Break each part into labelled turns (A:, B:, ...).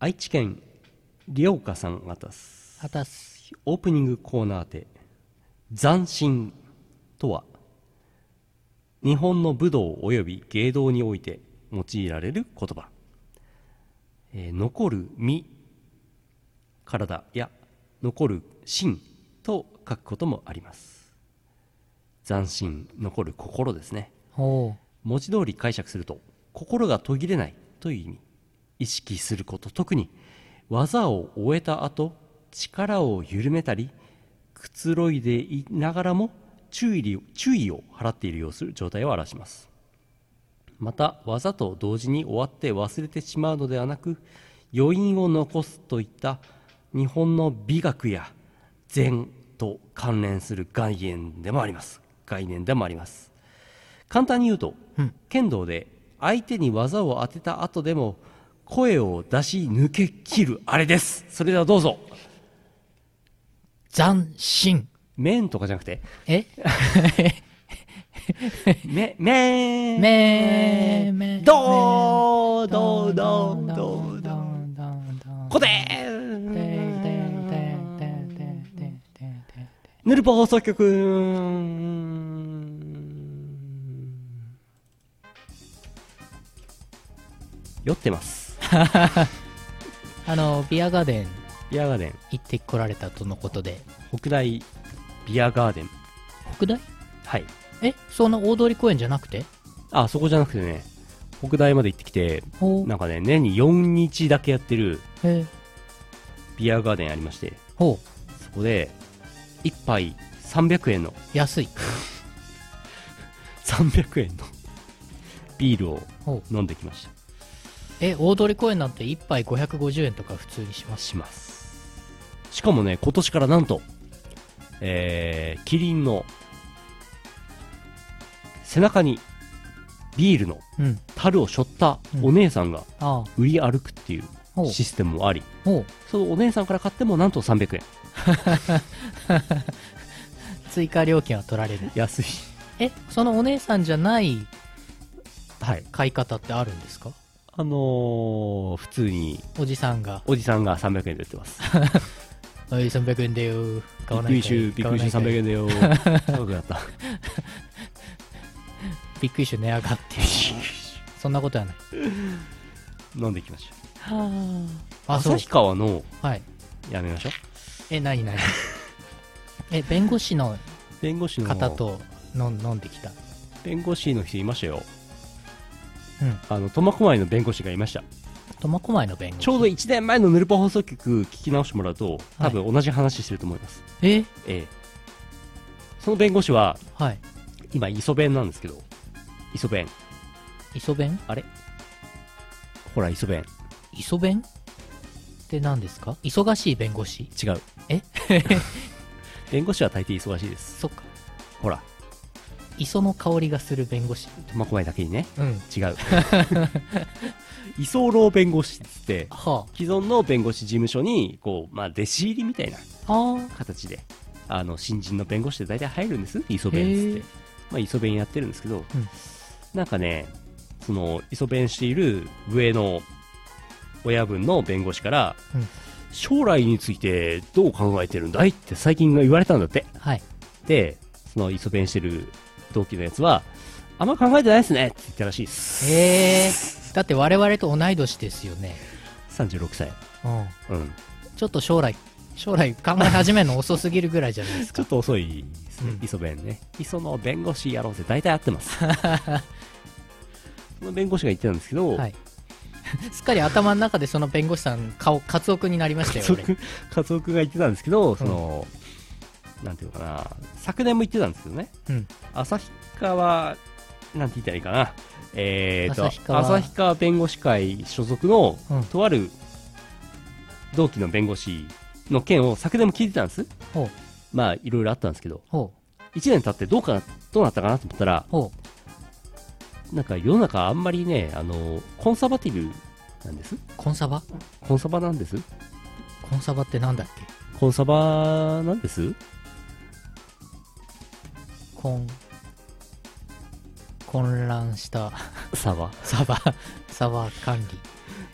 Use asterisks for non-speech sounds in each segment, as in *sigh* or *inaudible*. A: 愛知県りょうかさんあたす
B: 果たす
A: オープニングコーナーで斬新とは日本の武道及び芸道において用いられる言葉、えー残る身体や残る心と書くこともあります斬新残る心ですね
B: おう
A: 文字通り解釈すると心が途切れないという意味意識すること特に技を終えた後力を緩めたりくつろいでいながらも注意注意を払っている様子状態を表しますまた技と同時に終わって忘れてしまうのではなく余韻を残すといった日本の美学や禅と関連する概念でもあります概念でもあります簡単に言うと、剣道で相手に技を当てた後でも声を出し抜け切るあれですそれではどうぞ
B: 斬新
A: 面とかじゃなくて
B: え
A: め、めー
B: めーめー
A: どーどーどーどーどーこて
B: て
A: ー
B: んてんてんてんてんてんてんてん
A: ヌルポ放送局酔ってます。
B: あのビアガーデン
A: ビアガーデン、
B: 行ってこられたとのことで
A: 北大ビアガーデン。
B: 北大
A: はい。
B: えそんな大通公園じゃなくて
A: あ、そこじゃなくてね、北大まで行ってきて、
B: ほう
A: なんかね、年に4日だけやってる
B: え
A: ビアガーデンありまして、
B: ほう
A: そこで、1杯300円の、 *laughs*
B: 安い
A: 300円のビールを
B: ほう
A: 飲んできました。
B: え大通公園なんて1杯550円とか普通にします
A: しますしかもね今年からなんとえー、キリンの背中にビールの
B: うん
A: 樽を背負った
B: うん
A: お姉さんが
B: ああ
A: 売り歩くってい
B: ほ
A: う
B: う
A: システムもあり、
B: ほう
A: そのお姉さんから買ってもなんと300円
B: 追加料金は取られる
A: 安い
B: えそのお姉さんじゃない
A: はい
B: 買い方ってあるんですか
A: あのー、普通に
B: おじさんが
A: おじさんが300円で売ってます
B: 「はい300円だよ
A: びっ
B: 買わ
A: く
B: ない
A: りしゅびっくりしゅ300
B: 円
A: 円だよ高くなっ
B: *laughs*
A: た
B: びっくりしゅ値上がって
A: *laughs*
B: そんなことはない
A: 飲んできまし
B: あ
A: た
B: そう
A: 旭川の
B: はい
A: やめましょう
B: え
A: *laughs*
B: 何何え弁護士の
A: 弁護士の
B: 方との飲んできた
A: 弁護士の人いましたよ
B: うん
A: あの苫小牧の弁護士がいました
B: 苫小牧の弁護士
A: ちょうど1年
B: *laughs*
A: 前のヌルポ放送局聞き直してもらうと多分同じ話してると思います、
B: え
A: ええその弁護士は
B: はい
A: 今磯弁なんですけど磯弁
B: 磯弁
A: あれほら磯弁
B: 磯弁って何ですか忙しい弁護士
A: 違う
B: え
A: *laughs* 弁護士は大抵忙しいです
B: そっか
A: ほら
B: 磯の香りがする弁護士
A: 苫小牧だけにね
B: うん
A: 違う居候弁護士っつって
B: は
A: 既存の弁護士事務所にこう、まあ、弟子入りみたいな
B: ああ
A: 形であの新人の弁護士って大体入るんです磯弁っつっ
B: へー
A: て、まあ、磯弁やってるんですけど、
B: うん
A: なんかねその磯弁している上の親分の弁護士から、
B: うん
A: 将来についてどう考えてるんだいって最近言われたんだって
B: あはい
A: でその磯弁してる同期のやつはあんま考えてないですねって言ったらしいです
B: ええだって我々と同い年ですよね
A: 36歳
B: う
A: う
B: ん
A: ん
B: ちょっと将来将来考え始めるの遅すぎるぐらいじゃないです
A: ちょ
B: か
A: っと遅いですね、
B: うん
A: 磯弁ね。磯の弁護士やろうぜ、大体合って
B: *laughs*
A: ます。その弁護士が言ってたんですけど、
B: はい *laughs* すっかり頭の中でその弁護士さん顔カツオ君になりまし
A: 家
B: たよ
A: 族、
B: 俺
A: 家族が言ってたんですけど、その、なんていうのかな、昨年も言ってたんですけどね、
B: うん
A: 旭川、なんて言ったらいいかな、えーと、
B: 旭川
A: 旭川弁護士会所属の、
B: うん
A: とある同期の弁護士の件を昨年も聞いてたんです。
B: ほう
A: まあ、いろいろあったんですけど、
B: ほ
A: 1年経ってどうかな、どうなったかなと思ったら
B: う、ほ
A: なんか世の中あんまりね、あの、コンサバティブなんです
B: うコンサバ
A: コンサバなんです
B: コンサバってなんだっけ
A: コンサバなんです
B: コン混乱した
A: サバ。
B: *laughs* サバサバ管理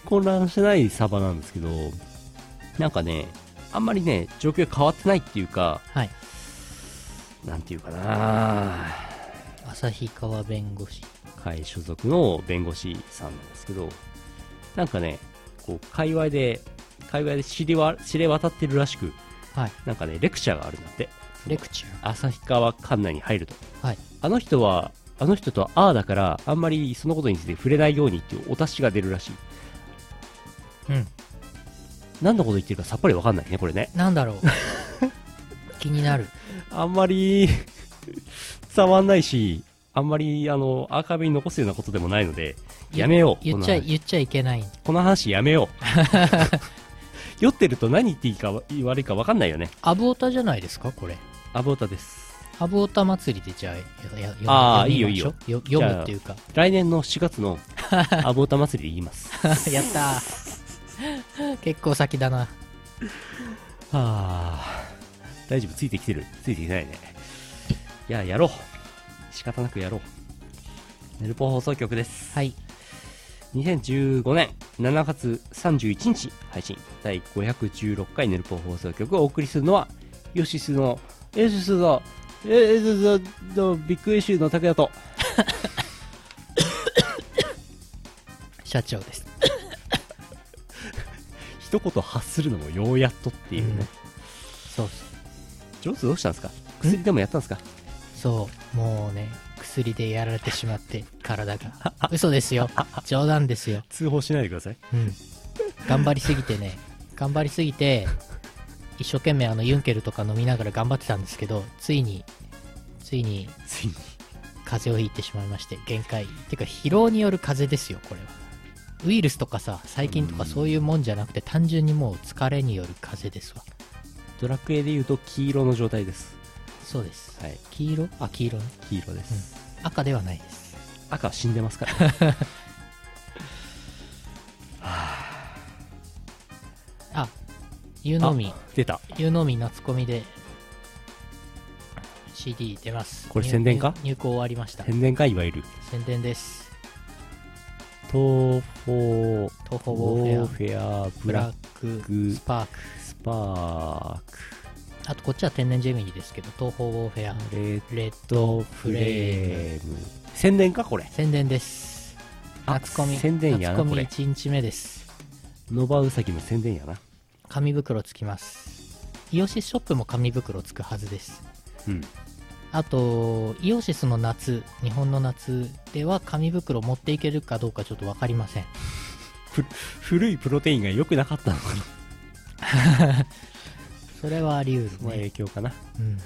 A: 混乱してないサーバーなんですけど、なんかね、あんまりね、状況が変わってないっていうか、
B: はい
A: なんていうかな、
B: 旭川弁護士
A: 会所属の弁護士さんなんですけど、なんかね、こう、界隈で、界隈で知りわ知れ渡ってるらしく、
B: はい
A: なんかね、レクチャーがあるんだって。
B: レクチャ
A: 旭川管内に入ると。
B: ーはい
A: あの人は、あの人とはああだから、あんまりそのことについて触れないようにっていうお達しが出るらしい。
B: うん
A: 何のこと言ってるかさっぱりわかんないね、これね。
B: なんだろう *laughs* 気になる
A: あんまり *laughs* 伝わんないし、あんまりあのアーカイブに残すようなことでもないので、やめよう。
B: 言っちゃい言っちゃいけない
A: この話この話やめよう。酔ってると何言っていいか悪いか分かんないよね。
B: アブオタじゃないですかこれ
A: アボタです。
B: アブオタ祭りでじゃあやや読
A: あー
B: 読みま
A: いい
B: し
A: よ
B: ょうよ読むっていうか
A: 来年の4月のアボタ祭りで言います。
B: *laughs* やったー結構先だな
A: はあ、大丈夫、ついてきてる。ついてきてないね。いや、やろう。仕方なくやろう。ネルポ放送局です。
B: はい
A: 2015年7月31日配信第516回ネルポ放送局をお送りするのはヨシスのヨシスのヨシスのビッグイシューの拓也と
B: 社長です
A: 一言発するのもようやっとっていうね、
B: うんそう
A: ジョーズどうしたんですか薬でもやったんですか
B: そうもうね薬でやられてしまって体が嘘ですよ冗談ですよ
A: 通報しないでください
B: うん、頑張りすぎてね、頑張りすぎて、一生懸命あのユンケルとか飲みながら頑張ってたんですけど、ついに、ついに
A: ついに
B: 風邪をひいてしまいまして、限界。てか疲労による風邪ですよ、これは。ウイルスとかさ、細菌とかそういうもんじゃなくて、単純にもう疲れによる風邪ですわ。
A: ドラクエでいうと黄色の状態です
B: そうです。
A: はい
B: 黄色あ、黄色ね。
A: 黄色です、
B: 赤ではないです。
A: 赤は死んでますから
B: *laughs*
A: は
B: あ、湯飲み
A: あ、出た
B: 湯飲み夏コミで CD 出ます。
A: これ
B: 入
A: 宣伝か
B: 入入稿終わりました。
A: 宣伝かいわゆる
B: 宣伝です
A: 東方
B: 東方ウ
A: ウ
B: ォ
A: ォー
B: ーフェ
A: フェア
B: ア
A: ブ
B: ブ
A: ラッ
B: ラック
A: ク
B: スパーク
A: スパーク、
B: あとこっちは天然ジェミニですけど東方ウォーフェア
A: レッ
B: レッド
A: ドフレーム。宣伝か、これ。
B: 宣伝です
A: あ
B: 夏コミ
A: 宣伝やな
B: 夏コ
A: こ
B: ミ
A: れ
B: 1日目です
A: ノバウサギの宣伝やな。
B: 紙袋つきますイオシスショップも紙袋つくはずです
A: うん。
B: あとイオシスの夏日本の夏では紙袋持っていけるかどうかちょっと分かりません
A: *laughs* 古いプロテインが良くなかったのかな。
B: それはあり得
A: その
B: るね、
A: 影響かな。は
B: うん、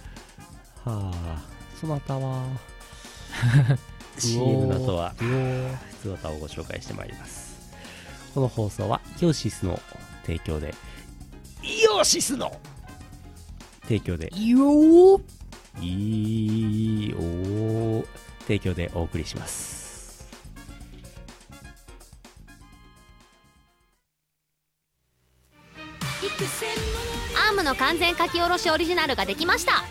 A: あ。そなたは、
B: うお
A: CM
B: ー
A: の後は、普通たをご紹介してまいります。この放送は、イオシスの提供で、イオシスの提供で、
B: いいよー
A: いいお提供でお送りします
C: アームの完全書き下ろしオリジナルができました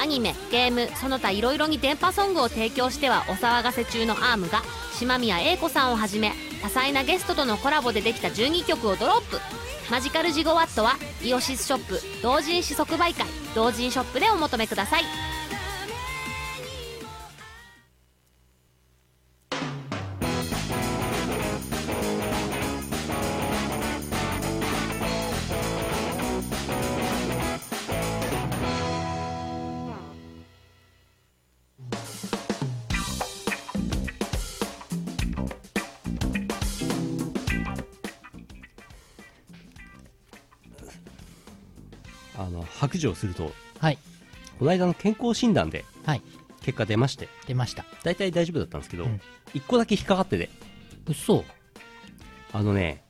C: アニメゲームその他いろいろに電波ソングを提供してはお騒がせ中のアームが島宮英子さんをはじめ多彩なゲストとのコラボでできた12曲をドロップマジカルジゴワットはイオシスショップ同人誌即売会同人ショップでお求めください
A: あの白状すると
B: はい
A: この間の健康診断で
B: はい
A: 結果出まして
B: 出ました
A: 大体大丈夫だったんですけど、
B: うん
A: 一1個だけ引っかかってて
B: 嘘
A: あのね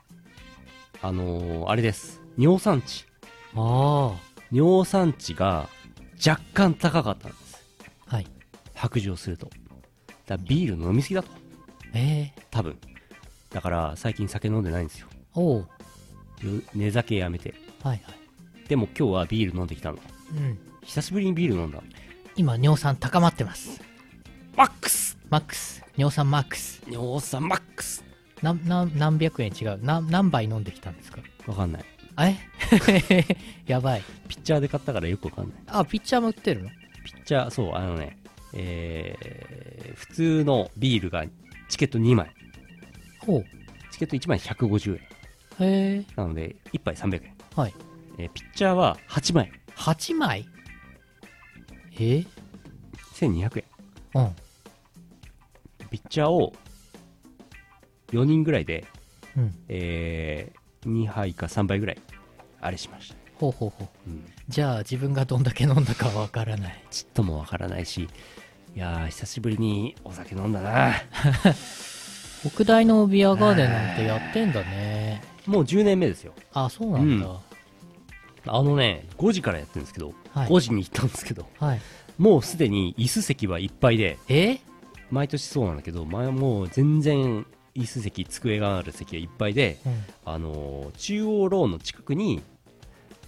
A: あのーあれです尿酸値
B: あ
A: 尿酸値が若干高かったんです
B: あはい
A: 白状するとだからビール飲みすぎだと
B: ええ
A: 多分だから最近酒飲んでないんですよ
B: おお
A: よ寝酒やめて
B: はいはい。
A: でも今日はビール飲んできたの
B: うん。
A: 久しぶりにビール飲んだ
B: 今、尿酸高まってます。
A: マックス
B: マックス。尿酸マックス。
A: 尿酸マックス
B: なな何百円違うな何杯飲んできたんですか
A: わかんない。
B: あえ *laughs* やばい
A: ピッチャーで買ったからよくわかんない。
B: あピッチャーも売ってるの
A: ピッチャー、そう、あのね、えー、普通のビールがチケット2枚。
B: ほう
A: チケット1枚150円。
B: へえ
A: なので、1杯300円。
B: はい
A: えーピッチャーは8枚。
B: 8枚え
A: 1200円。
B: うん
A: ピッチャーを4人ぐらいで、
B: うん
A: えー、2杯か3杯ぐらい、あれしました。
B: ほうほうほう
A: うん。
B: じゃあ自分がどんだけ飲んだかわからない
A: ちっともわからないし、いやー、久しぶりにお酒飲んだな。
B: 北大のビアガーデンなんてやってんだね
A: もう10年目ですよ。
B: あそうなんだ、
A: うんあのね、5時からやってるんですけど、
B: はい
A: 5時に行ったんですけど、
B: はい
A: もうすでに椅子席はいっぱいで、
B: え
A: 毎年そうなんだけど、前はもう全然椅子席、机がある席がいっぱいで、
B: うん
A: あのー中央ローンの近くに、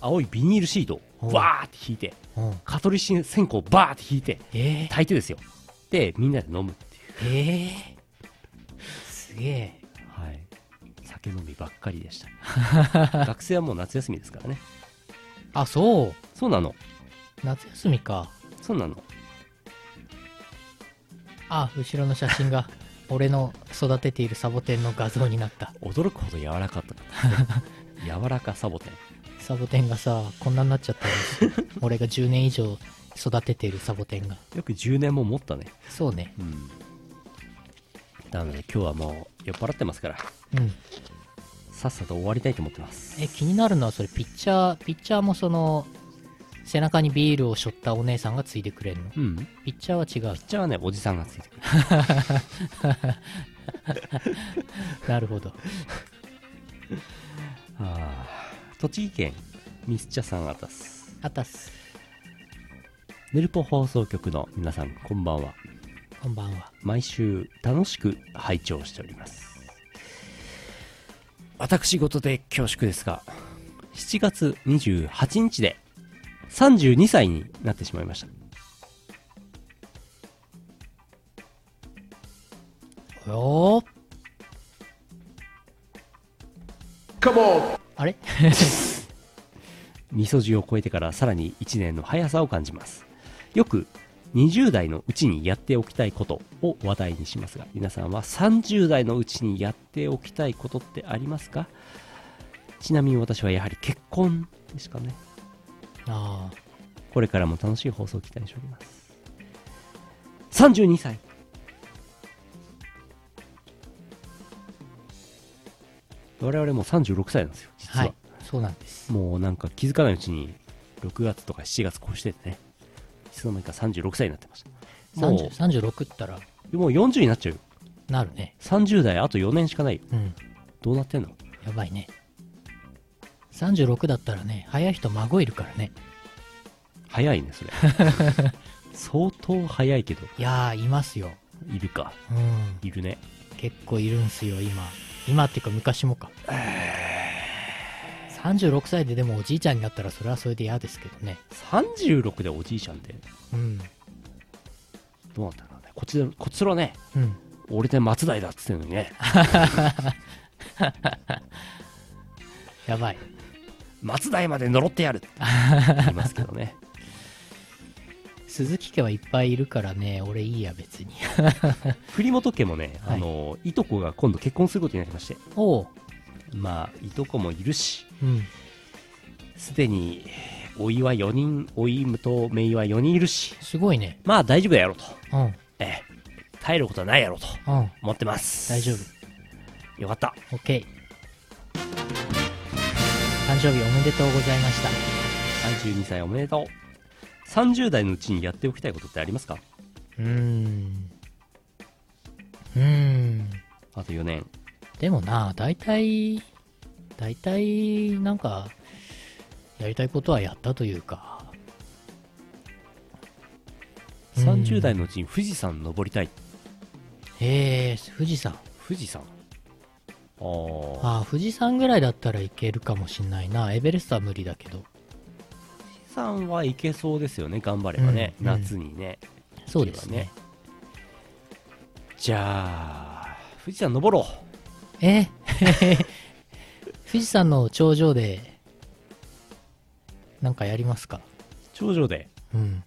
A: 青いビニールシート
B: お
A: を
B: う
A: バーって引いて、
B: うん
A: 蚊取り線香をバーって引いて、
B: え
A: 炊いてですよ。で、みんなで飲むっていう。
B: ええすげえ
A: はい。酒飲みばっかりでした。 *laughs* 学生はもう夏休みですからね。
B: あそう
A: そうなの。
B: 夏休みか
A: そうなの。
B: あ後ろの写真が俺の育てているサボテンの画像になった
A: 驚くほど柔らかか *laughs* ったですね。柔らかサボテン。
B: サボテンがさこんなになっちゃったんですよ俺が10年以上育てているサボテンが
A: よく10年も持ったね。
B: そうね
A: うん。なので今日はもう酔っ払ってますから、
B: うん
A: さっさと終わりたいと思ってます。
B: え気になるのはそれピッチャーピッチャーもその背中にビールを背負ったお姉さんがついてくれるの
A: うん。ピッ
B: ピッチャーは違う
A: チャーはね、おじさんがついてくる。
B: なるほど
A: あー栃木県、ミスチャさんあたす。
B: あたっす
A: ネルポ放送局の皆さん、こんばんは。
B: こんばんは
A: 毎週楽しく拝聴しております私事で恐縮ですが7月28日で32歳になってしまいました
B: よーあれ *laughs*
A: みそじを超えてからさらに1年の速さを感じますよく20代のうちにやっておきたいことを話題にしますが皆さんは30代のうちにやっておきたいことってありますかちなみに私はやはり結婚ですかね
B: ああ
A: これからも楽しい放送を期待しております。32歳。我々もう36歳なんですよ、実は。
B: はいそうなんです
A: もうなんか気づかないうちに、6月とか7月越しててね、いつの間にか36歳になってました。も
B: 30 36ったら
A: う、もう40になっちゃうよ。
B: なるね
A: 30代あと4年しかないよ。
B: うん
A: どうなってんの
B: やばいね36だったらね早い人孫いるからね
A: 早いね、それ。相当早いけど、
B: いやーいますよ
A: いるか。
B: うん
A: いるね。
B: 結構いるんすよ今今っていうか昔もか36歳ででもおじいちゃんになったらそれはそれで嫌ですけどね
A: 36でおじいちゃんって、
B: うん
A: どうなったんだろうね。こっちで、こっちらね、
B: うん
A: 俺で松代だっつってんのにね、
B: やばい
A: 松代まで呪ってやるって言いますけど *laughs* ね。
B: 鈴木家はいっぱいいるからね俺いいや別に *laughs*
A: 栗本家もね、
B: は
A: あ
B: い
A: の、いとこが今度結婚することになりまして、
B: おう
A: まあ、いとこもいるし、
B: うん
A: すでに、おいは4人、おいとめいは4人いるし、
B: すごいね
A: まあ大丈夫だやろうと。
B: うんうん
A: ええ、耐えることはないやろうと思ってます。
B: 大丈夫。
A: よかった。
B: OK 誕生日おめでとうございました
A: 32歳おめでとう。30代のうちにやっておきたいことってありますか
B: うーん。うーん。
A: あと4年。
B: でもな、大体、大体、なんか、やりたいことはやったというか。うん
A: 30代のうちに富士山登りたい。
B: へえ、富士山。
A: 富士山あー
B: ああ、富士山ぐらいだったらいけるかもしんないな。エベレストは無理だけど。
A: 富士山はいけそうですよね頑張ればね、
B: うん
A: 夏にね
B: そうですね。
A: じゃあ富士山登ろう
B: え *laughs* 富士山の頂上で、なんかやりますか
A: 頂上で
B: うん。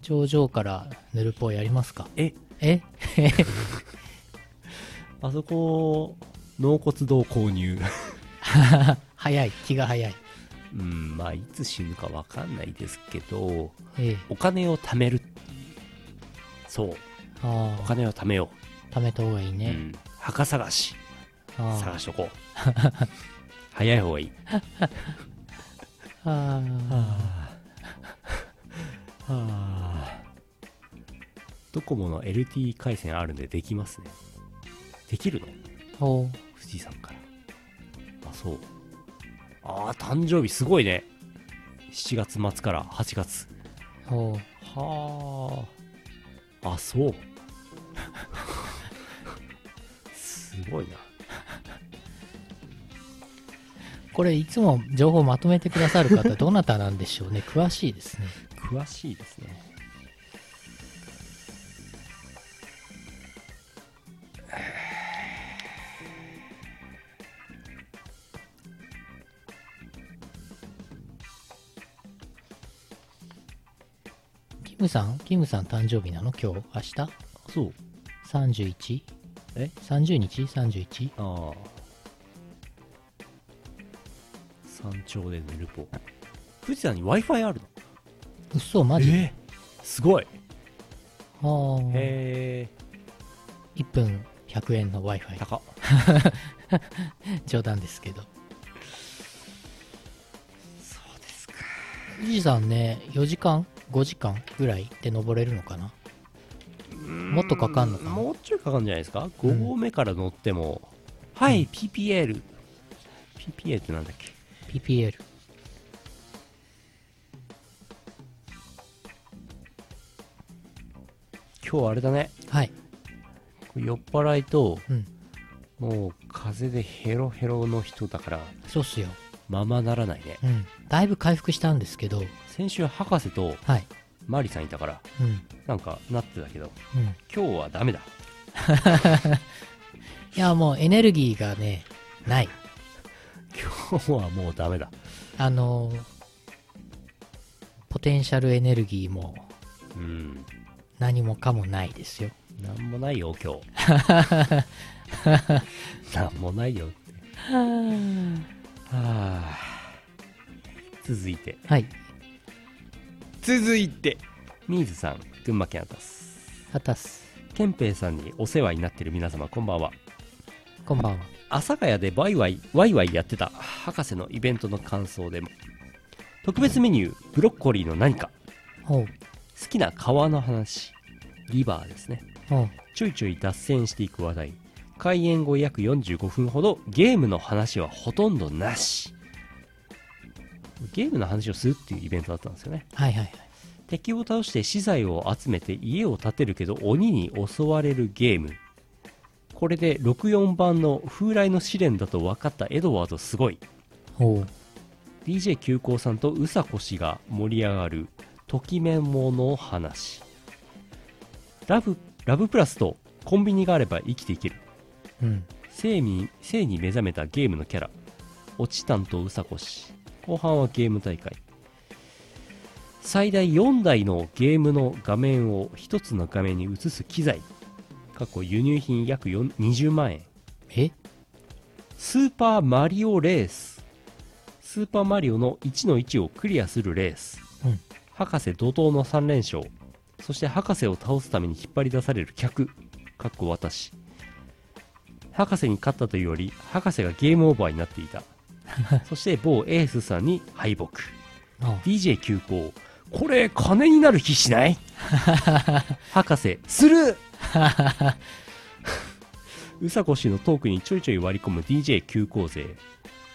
B: 頂上からヌルポやりますか
A: え
B: え *laughs*
A: あそこ納骨堂購入
B: 早い、気が早い。
A: *laughs* うんまあいつ死ぬかわかんないですけど
B: ええ。
A: お金を貯めるそう
B: あ
A: お
B: あ、
A: 金を貯めよ、
B: 貯めた方がいいう
A: う
B: ね。
A: ん、墓探し
B: あ
A: 探しとこう *laughs* 早い方がいい
B: ああ
A: ドコモの LTE 回線あるんでできますねできるの
B: あ、おう
A: 富士山からあそうああ誕生日すごいね7月末から8月
B: おう
A: はああそう *laughs* すごいな
B: これいつも情報まとめてくだ
A: *laughs*
B: さる方どなたなんでしょうね詳しいですね
A: 詳しいですね
B: キムさんキムさん誕生日なの今日明日
A: そう
B: 31
A: え
B: ?30 日 ?31?
A: ああ山頂で寝るぽ富士山に w i f i あるの
B: 嘘マジ、
A: えーすごい
B: あー
A: へえ
B: 1分100円の w i f i
A: 高っ
B: *laughs* 冗談ですけど
A: そうですか
B: 富士山ね4時間5時間ぐらいで登れるのかなもっとかかんのかな
A: もうちょいかかるんじゃないですか
B: うん
A: 5合目から乗っても、はい、PPL PPL ってなんだっけ
B: PPL
A: 今日あれだね
B: はい
A: 酔っ払いと
B: うん
A: もう風邪でヘロヘロの人だから
B: そうっすよ
A: ままならないね
B: うんだいぶ回復したんですけど
A: 先週博士と
B: はい
A: マリさんいたから
B: うん
A: なんかなってたけど
B: うん
A: 今日はダメだ
B: いやもうエネルギーがねない
A: 今日はもうダメだ
B: あのーポテンシャルエネルギーも
A: うん
B: 何もかもないですよ
A: なんもないよ今 *laughs* 日なんもないよってはあ続いて
B: はい
A: 続いてミーズさん群馬県アタス
B: 果たす
A: ケンペイさんにお世話になっている皆様こんばんは
B: こんばんは
A: 阿佐ヶ谷でワイワイワイワイやってた博士のイベントの感想でも特別メニューブロッコリーの何か
B: おう
A: 好きな川の話リバーですね
B: おう
A: ちょいちょい脱線していく話題開演後約45分ほどゲームの話はほとんどなしゲームの話をするっていうイベントだったんですよね
B: はいはいはい
A: 敵を倒して資材を集めて家を建てるけど鬼に襲われるゲームこれで64版の風来の試練だと分かったエドワードすごい
B: おう
A: DJ 急行さんとうさこ氏が盛り上がるときめもの話ラブラブプラスとコンビニがあれば生きていける
B: うん
A: 生に生に目覚めたゲームのキャラ落ちたんとうさこし後半はゲーム大会最大4台のゲームの画面を1つの画面に映す機材過去輸入品約4 20万円
B: え
A: スーパーマリオレーススーパーマリオの1の1をクリアするレース
B: うん
A: 博士怒涛の3連勝そして博士を倒すために引っ張り出される客かっこ私博士に勝ったというより博士がゲームオーバーになってい
B: *laughs*
A: たそして某エースさんに敗北
B: あ
A: DJ 急行これ金になる気しない
B: *laughs*
A: 博士する *laughs* うさこ氏のトークにちょいちょい割り込む DJ 急行勢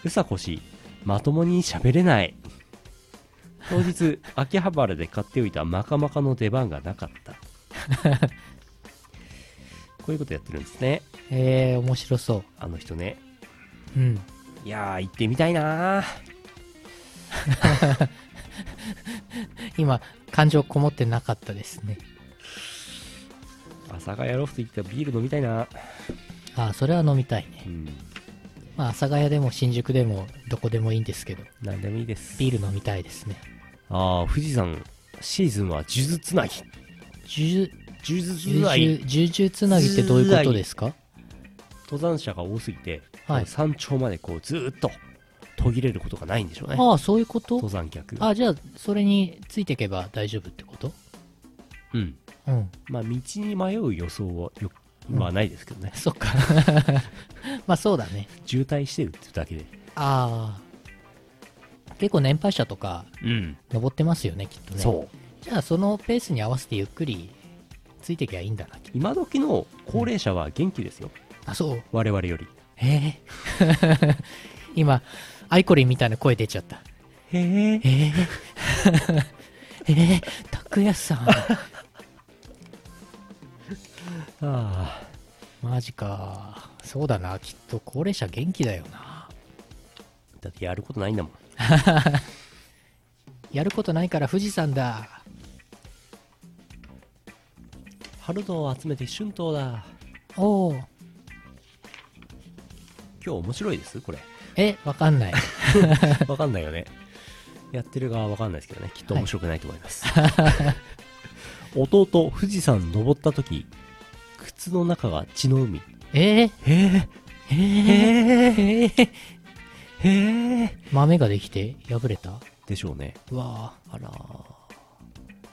A: うさこ氏まともに喋れない当
B: *laughs*
A: 日秋葉原で買っておいたまかまかの出番がなかったこういうことやってるんですね
B: えー、面白そ
A: あの人ね
B: ううん
A: いやー行ってみたいなー
B: 今感情こもってなかったですね
A: あ朝霞ロフト行ったらビール飲みたいな
B: ああ、それは飲みたいね。
A: うん
B: まあ、阿佐ヶ谷でも新宿でもどこでもいいんですけど、
A: 何でもいいです
B: ビール飲みたいですね。
A: ああ富士山シーズンは数珠つなぎ
B: 呪
A: 数珠つなぎ
B: 術、呪術つなぎってどういうことですか
A: 登山者が多すぎて、
B: はい
A: 山頂までこうずーっと途切れることがないんでしょうね
B: ああ、そういうこと
A: 登山客
B: ああ、じゃあ、それについていけば大丈夫ってこと
A: うん
B: うん。
A: まあ道に迷う予想はよはないですけどね、
B: *laughs* そっか。 *laughs* まあ、そうだね。
A: 渋滞してるっていうだけで
B: ああ。結構年配者とか、
A: うん
B: 登ってますよね、きっとね。
A: そう
B: じゃあ、そのペースに合わせてゆっくり、ついてきゃいいんだな、きっと
A: 今時の高齢者は元気ですよ、
B: あ、そう。
A: 我々より
B: へえ。 *laughs* 今、アイコリンみたいな声出ちゃった。
A: へえ
B: え *laughs* えええ拓也さん。 *laughs*
A: あ
B: マジか。そうだな。きっと高齢者元気だよ
A: あ
B: な。
A: だってやることないんだもん
B: やることないから富士山だ。
A: 春道を集めて春闘だ
B: おお。
A: 今日面白いですこれ
B: え、わかんない。 *laughs*
A: *laughs* わかんないよねやってる側はわかんないですけどねきっと面白くないと思います、 *laughs* 弟富士山登った時靴の中が血の海へ
B: ええ
A: え
B: え
A: へえへえ
B: 豆ができて破れた
A: でしょうね
B: うわあ。
A: あらー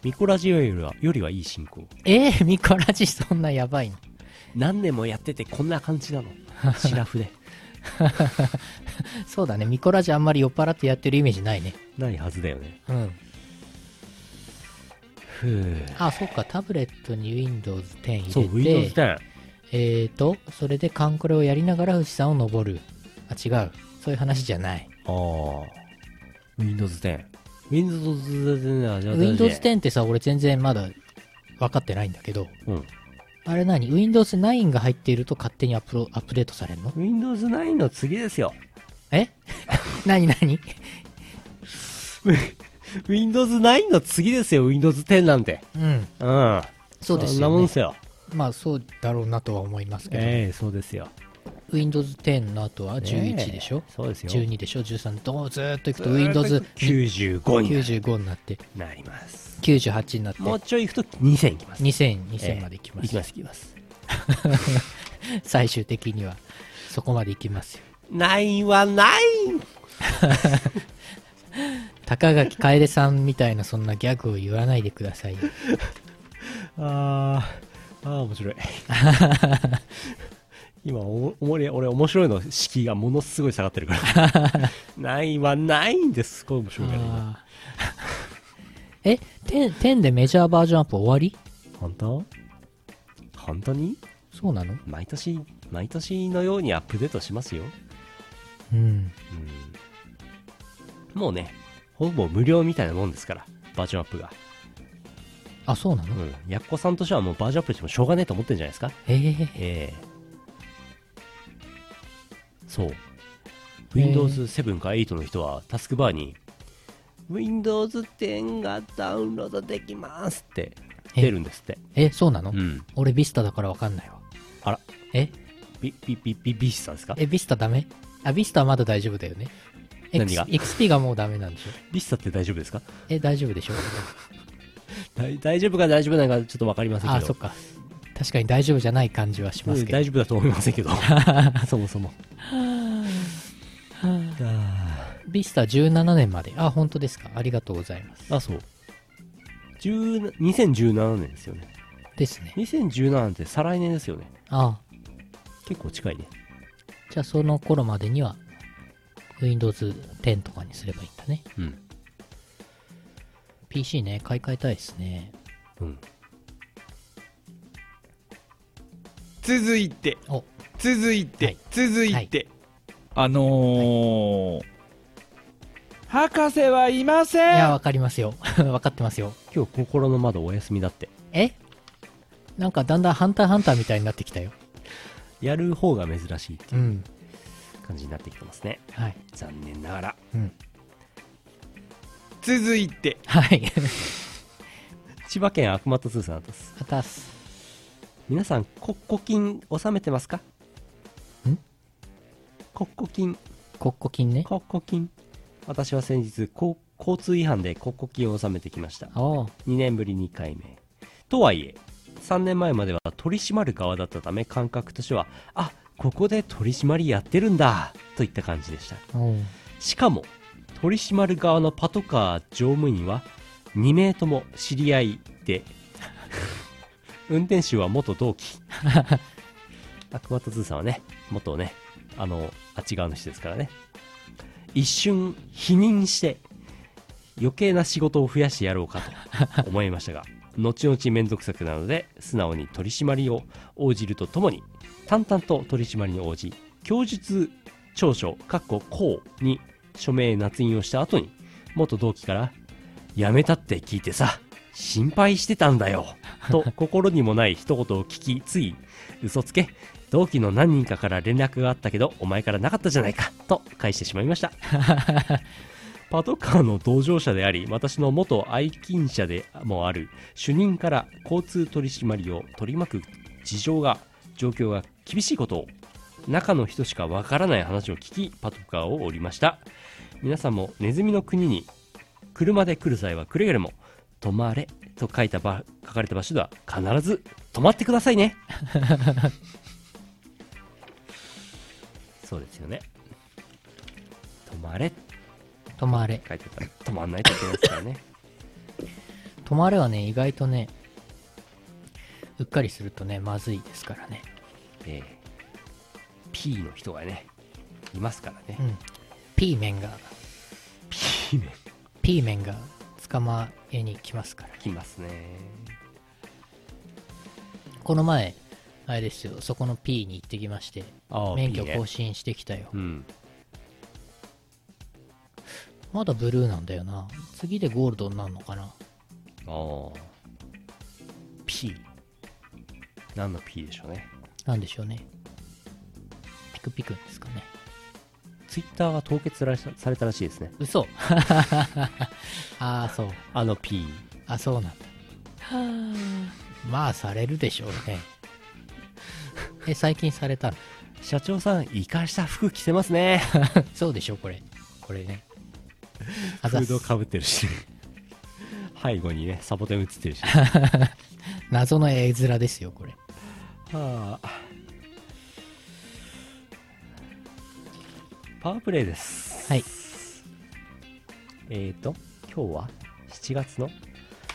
A: ミコラジオよりはよりはいい進行
B: ええミコラジそんなやばいの。
A: 何年もやっててこんな感じなのシラフで *laughs*
B: そうだね。ミコラジあんまり酔っ払ってやってるイメージないね。
A: ないはずだよね
B: うん。
A: ふう
B: あ、そっか。タブレットに Windows 10入れて。
A: そう Windows10
B: えーと、それでカンコレをやりながら富士山を登る。あ、違う。そういう話じゃない。
A: ああ Windows 10 Windows 10あじゃあ
B: Windows
A: じゃあ
B: 10ってさ、俺全然まだ分かってないんだけど、
A: うん
B: あれ何 ?Windows 9が入っていると勝手にアップロアップデートされるの
A: Windows 9の次ですよ
B: え *laughs* 何何
A: *laughs* Windows 9の次ですよ Windows 10なんて
B: うん。
A: うん
B: そうです
A: んなも
B: よ、
A: ん
B: ね
A: で。すよ
B: まあそうだろうなとは思いますけど、
A: ええそうですよ
B: Windows 10の後は11でしょ、
A: ええそうですよ
B: 12でしょ ?13 どうずーっといくと Windows
A: 95に
B: 95になって、
A: なります
B: 98になって、
A: もうちょい行くと2000いきます
B: 2000、2000までいきま
A: 行
B: す
A: き。ます行きます
B: *laughs* 最終的にはそこまで行きますよ
A: 9は9
B: 高垣楓さんみたいなそんなギャグを言わないでくださいよ
A: あーあー面白い
B: *laughs*
A: 今おおもれ俺面白いの敷居がものすごい下がってるから
B: *laughs*
A: ないはないんですすごい面白いから今
B: あーえ 10, 10でメジャーバージョンアップ終わり
A: 本当本当に
B: そうなの
A: 毎年毎年のようにアップデートしますよ、
B: うん
A: うん、もうねほぼ無料みたいなもんですからバージョンアップが
B: あそうなの、
A: うんやっこさんとしてはもうバージョンアップしてもしょうがねえと思ってるんじゃないですか
B: え
A: え
B: ー
A: えそう。
B: え
A: Windows 7か8の人はタスクバーに Windows 10がダウンロードできますって
B: え
A: 出るんですって。
B: えそうなの、
A: うん。
B: 俺ビスタだからわかんないわ
A: あら、
B: え
A: ビ、ビ、ビ、ビ、ビシさんですか
B: えビスタダメあビスタはまだ大丈夫だよね X-
A: 何が
B: XP がもうダメなんでしょ
A: ビシさって大丈夫ですか
B: え大丈夫
A: *laughs*
B: でしょ
A: 大大丈夫か大丈夫なのかちょっとわかりませんけ
B: あ
A: ど。
B: そっか確かに大丈夫じゃない感じはし
A: う
B: ます
A: ん
B: けど、
A: 大丈夫だと思いませんけど。 *laughs* そもそも。あ
B: ビスタ17年まであ本当ですかありがとうございます
A: ーあ、そう。10 2017年ですよね。
B: です *laughs* ね。
A: 2017年って再来年ですよね。
B: ああ。
A: 結構近いね。
B: じゃあその頃までには、Windows 10とかにすればいいんだね。
A: うん。
B: PC ね、買い替えたいですね。
D: 続いて
B: お、
D: 続いて、
B: はい
D: 続いて、
B: はい
D: あのー博士はいま
B: い
D: せ
B: や、
D: ん
B: わかりますよ。 *laughs* わかってますよ。
A: 今日心の窓お休みだって
B: えなんかだんだんハンターハンターみたいになってきたよ。
A: やる方が珍しいって
B: うん。
A: 感じになってきてますね
B: はい。
A: 残念ながら
B: うん。
D: 続いて
B: はい。
A: 千葉県悪魔とスーさんです
B: あたす。
A: 皆さん国庫金納めてますか
B: ん
A: 国庫金
B: 国庫金ね。
A: 国庫金私は先日こう交通違反で国庫金を納めてきました
B: ああ、
A: 2年ぶり2回目とはいえ3年前までは取り締まる側だったため感覚としてはあここで取り締まりやってるんだといった感じでした
B: うん。
A: しかも取り締まる側のパトカー乗務員は2名とも知り合いで *laughs* 運転手は元同期 *laughs* アクアト2さんはね元ねあのあっち側の人ですからね一瞬否認して余計な仕事を増やしてやろうかと思いましたが *laughs* 後々面倒くさくなるので素直に取り締まりを応じるとともに淡々と取り締まりに応じ供述調書かっここうに署名捺印をした後に元同期から「やめたって聞いてさ心配してたんだよ」と心にもない一言を聞きつい嘘つけ同期の何人かから連絡があったけどお前からなかったじゃないかと返してしまいましたパトカーの同乗者であり私の元愛勤者でもある主任から交通取り締まりを取り巻く事情が状況が厳しいことを中の人しかわからない話を聞きパトカーを降りました皆さんもネズミの国に車で来る際はくれぐれも「止まれ」と書いたば書かれた場所では必ず止まってくださいねそうですよね「止まれ」って
B: 泊まれ。
A: 書いてたら止まんないといけないですからね
B: 泊まれはね、意外とね、うっかりするとね、まずいですからね。
A: ええ P の人がねいますからね、
B: うん。P メンが、
A: P ね
B: P メンが捕まえに来ますから。
A: 来ますね
B: この前、あれですよ、そこの P に行ってきまして、
A: ああ
B: 免許
A: P ね
B: 更新してきたよ。
A: うん
B: まだブルーなんだよな。次でゴールドになるのかな。
A: ああ P 何の P でしょうね
B: なんでしょうね。ピクピクですかね。
A: ツイッターが凍結らしされたらしいですね
B: 嘘 *laughs* ああ、そう。
A: あの P
B: あ、そうなんだ。まあ、されるでしょうね。え、最近されたの
A: 社長さん生かした服着せますね
B: そうでしょ、これ。これね。
A: *laughs*
B: あ
A: フ
B: ざっ
A: ー
B: す
A: ドかぶってるし背後にねサボテン映って *laughs* るし
B: 謎の絵面ですよ、これ。
A: はあパワープレイです
B: はい
A: えっ、ー、と今日は7月の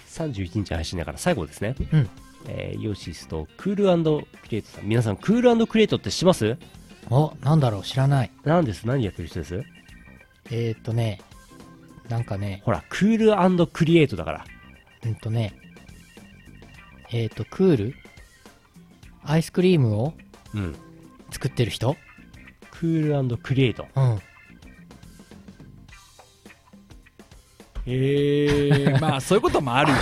A: 31日配信だから最後ですね
B: うん。
A: えーヨシスとクールクリエイトさん皆さんクールクリエイトって知ってます
B: お、なんだろう、知らない。
A: 何です何やってる人です
B: えー、っとね、なんかね、
A: ほらクールクリエイトだから
B: うんとね、えー、っと、クールアイスクリームを
A: うん
B: 作ってる人
A: クールクリエイト
B: うん。
D: へえ、 *laughs* まあそういうこともあるよね。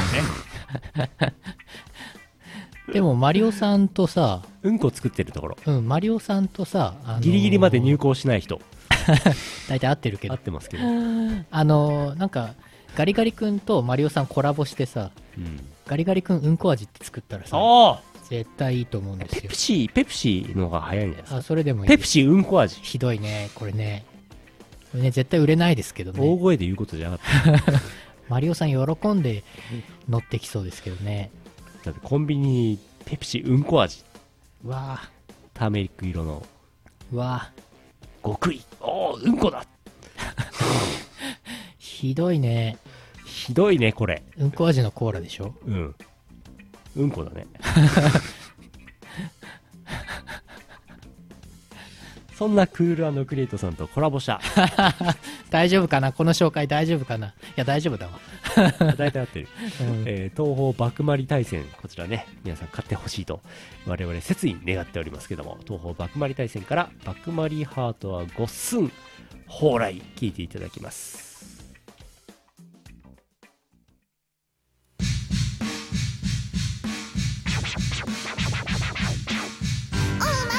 B: でも、マリオさんとさ、
A: うんこ作ってるところ
B: うん、マリオさんとさ、あのー
A: ギリギリまで入校しない人
B: 大体合ってるけ
A: 合
B: ど
A: っ、てますけど、
B: あのーなんか、ガリガリ君とマリオさんコラボしてさ、
A: うん、
B: ガリガリ君うんこ味って作ったらさ、
A: ああ
B: 絶対いいと思うんで
A: ペ
B: すよ
A: プ。シーペプシーのが早いんじゃないですか
B: あ、それでもいい。
A: ペプシーうんこ味
B: ひどいね、これね。これね、絶対売れないですけど
A: 大
B: ね。
A: 声で言うことじゃなかっ
B: マリオさん喜んで乗ってきそうですけどね。
A: ただってコンビニにペプシーうんこ味
B: うわあ
A: ターメリック色の
B: うわあ
A: 極意おおうんこだ
B: ひどいね。
A: ひどいねこれ
B: うんこ味のコーラでしょ
A: うんうんこだ
B: *laughs*
A: ねそんなクールクリエイトさんとコラボした
B: 大丈夫かなこの紹介大丈夫かないや、大丈夫だわ。
A: *laughs* 大体合ってる、
B: うん
A: えー東方幕張大戦こちらね皆さん買ってほしいと我々切に願っておりますけども東方幕張大戦から幕張ハートはごっすん蓬莱聞いていただきます
E: おうま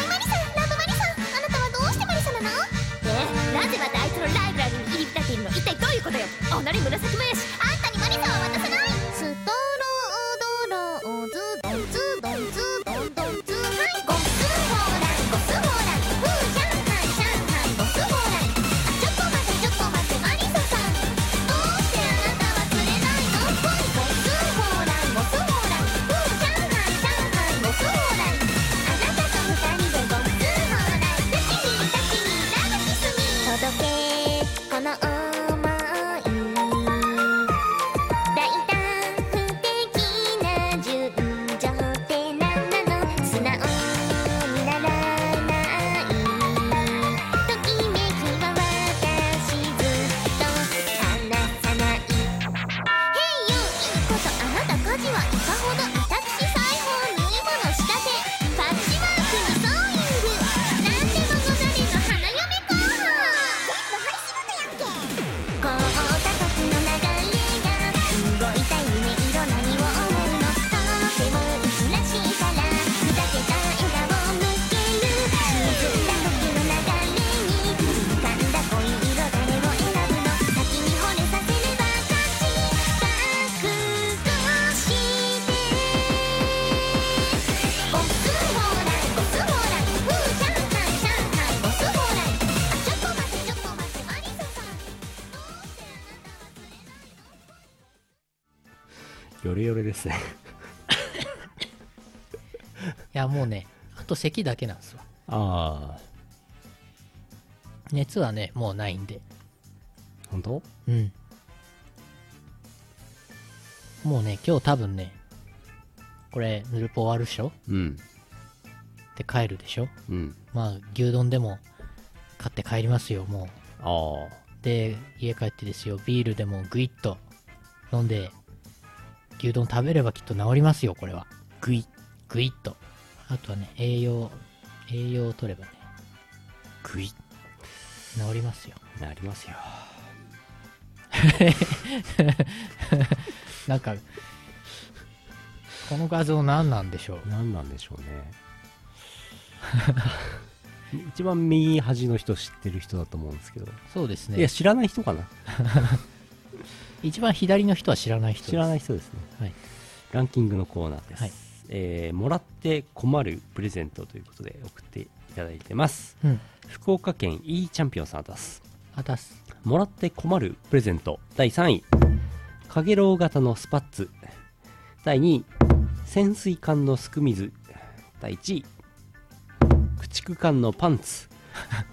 E: いマリさんラブマリさんあなたはどうしてマリサなの
C: えなぜまたあいつのライブラリーに入り浸っているの一体どういうことよおなり紫もやし
E: あんたにマリサは渡さないストロードローズドンズドンズドンドン
A: ヨレヨレですね
B: やもうねあと咳だけなんですわ
A: *laughs* ああ
B: 熱はねもうないんで
A: 本当
B: うんもうね今日多分ねこれヌルポ終わるでしょ
A: うん
B: って帰るでしょ
A: うん
B: まあ牛丼でも買って帰りますよもう
A: ああ
B: で家帰ってですよビールでもグイッと飲んで牛丼食べればきっと治りますよこれはグイッグイッとあとはね栄養栄養を取ればね
A: グイッ
B: 治りますよ
A: なりますよ
B: なんかこの画像何なんでしょう
A: 何なんでしょうね *laughs* 一番右端の人知ってる人だと思うんですけど、
B: そうです
A: い
B: ね
A: や知らない人かな
B: 一番左の人は知らない人です
A: 知らない人ですね
B: はい、
A: ランキングのコーナーです、
B: はい
A: えーもらって困るプレゼントということで送っていただいてます
B: うん
A: 福岡県 E チャンピオンさんです
B: あたす
A: もらって困るプレゼント第3位かげろう型のスパッツ第2位潜水艦のすく水第1位駆逐艦のパンツ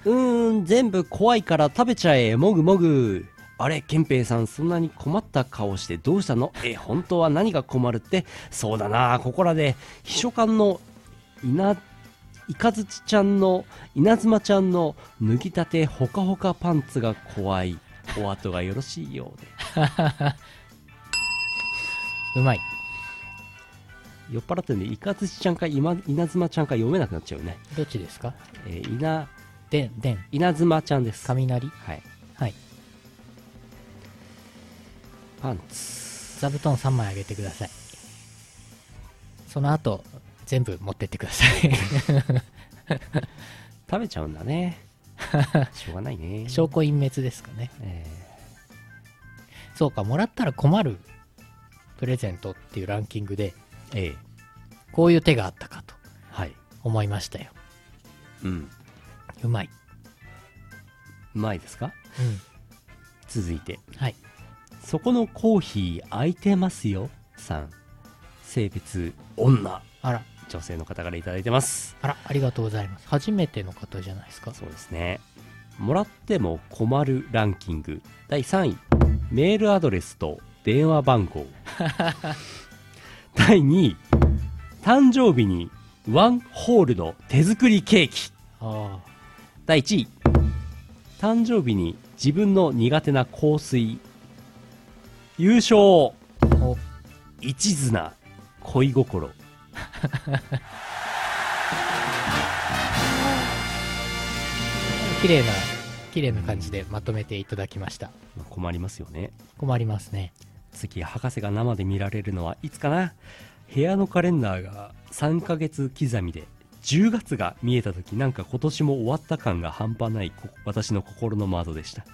A: うーん全部怖いから食べちゃえもぐもぐあれ憲兵さんそんなに困った顔してどうしたのえ本当は何が困るってそうだなここらで秘書官の稲イカズチちゃんの稲妻ちゃんの脱ぎたてほかほかパンツが怖いお後がよろしいようで
B: うまい
A: 酔っ払ってるんでイカズチちゃんか今稲妻ちゃんか読めなくなっちゃうね、
B: どっちですか
A: えー、稲
B: でんでん
A: 稲妻ちゃんですはい
B: 雷
A: パンツ
B: 座布団3枚あげてくださいその後全部持ってってください
A: 食べちゃうんだ *laughs* ねしょうがないね
B: 証拠隠滅ですかね
A: え
B: そうかもらったら困るプレゼントっていうランキングで
A: ーえー
B: こういう手があったかと
A: はい
B: 思いましたよ
A: うん
B: うまい、
A: うまいですか続いて
B: うん、はい
A: そこのコーヒー空いてますよさん性別女
B: あら
A: 女性の方からいただいてます
B: あらありがとうございます初めての方じゃないですか
A: そうですね。もらっても困るランキング第3位、メールアドレスと電話番号。第2位、誕生日にワンホールの手作りケーキ。
B: あ
A: 第1位、誕生日に自分の苦手な香水。優勝、
B: あお
A: 一途な恋心。
B: 綺麗な綺麗な感じでまとめていただきました
A: 困りますよね。
B: 困りますね
A: 次博士が生で見られるのはいつかな部屋のカレンダーが3ヶ月刻みで10月が見えた時なんか今年も終わった感が半端ないこ私の心の窓でした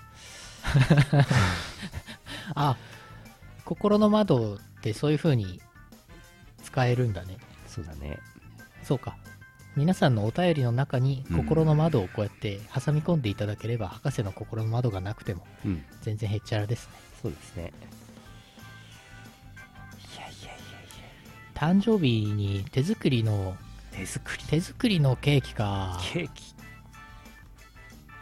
B: あ心の窓ってそういう風に使えるんだね
A: そうだね
B: そうか皆さんのお便りの中に
A: うん
B: 心の窓をこうやって挟み込んでいただければ、博士の心の窓がなくても
A: うん
B: 全然へっちゃらですね
A: そうですねいやいやい
B: 誕生日に手作りの
A: や手作り
B: 手作りのケーキか
A: ケーキ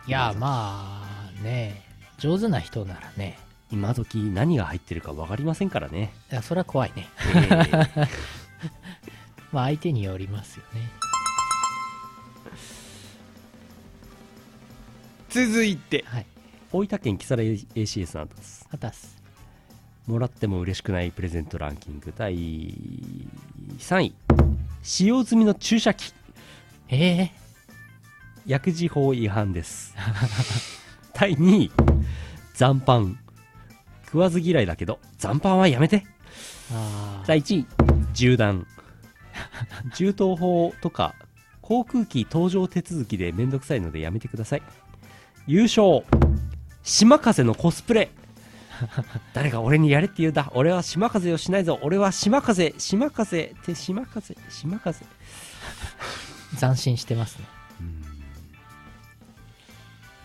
B: いやまあね上手な人ならね
A: 今時何が入ってるか分かりませんからね、
B: いやそれは怖いね *laughs*
A: えー
B: まあ相手によりますよね
D: *laughs* 続いて
B: はい
A: 大分県木更津 ACS さんです
B: あたす
A: もらっても嬉しくないプレゼントランキング第3位使用済みの注射器
B: ええ
A: 薬事法違反です第2位残飯食わず嫌いだけど残飯はやめて
B: ああ
A: 第1位銃弾銃刀法とか航空機搭乗手続きでめんどくさいのでやめてください優勝島風のコスプレ誰が俺にやれって言うんだ俺は島風をしないぞ俺は島風島風って島風島風
B: 斬新してますね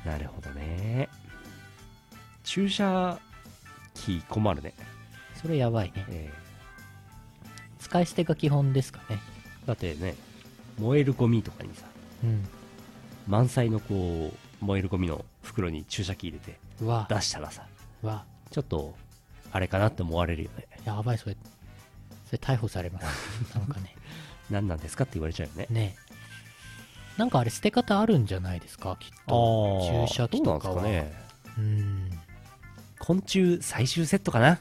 A: うんなるほどね注射器困るね、
B: それやばいね
A: え
B: 使い捨てが基本ですかね
A: だってね燃えるゴミとかにさ
B: うん
A: 満載のこう燃えるゴミの袋に注射器入れて
B: うわ
A: 出したらさ
B: うわ
A: ちょっとあれかなって思われるよね
B: やばいそれそれ逮捕されま
A: *laughs*
B: すなんかね
A: 何なんですかって言われちゃうよね
B: ねえなんかあれ捨て方あるんじゃないですかきっと注射器とか
A: どう
B: は
A: なんですかね
B: うん
A: 昆虫最終セットかな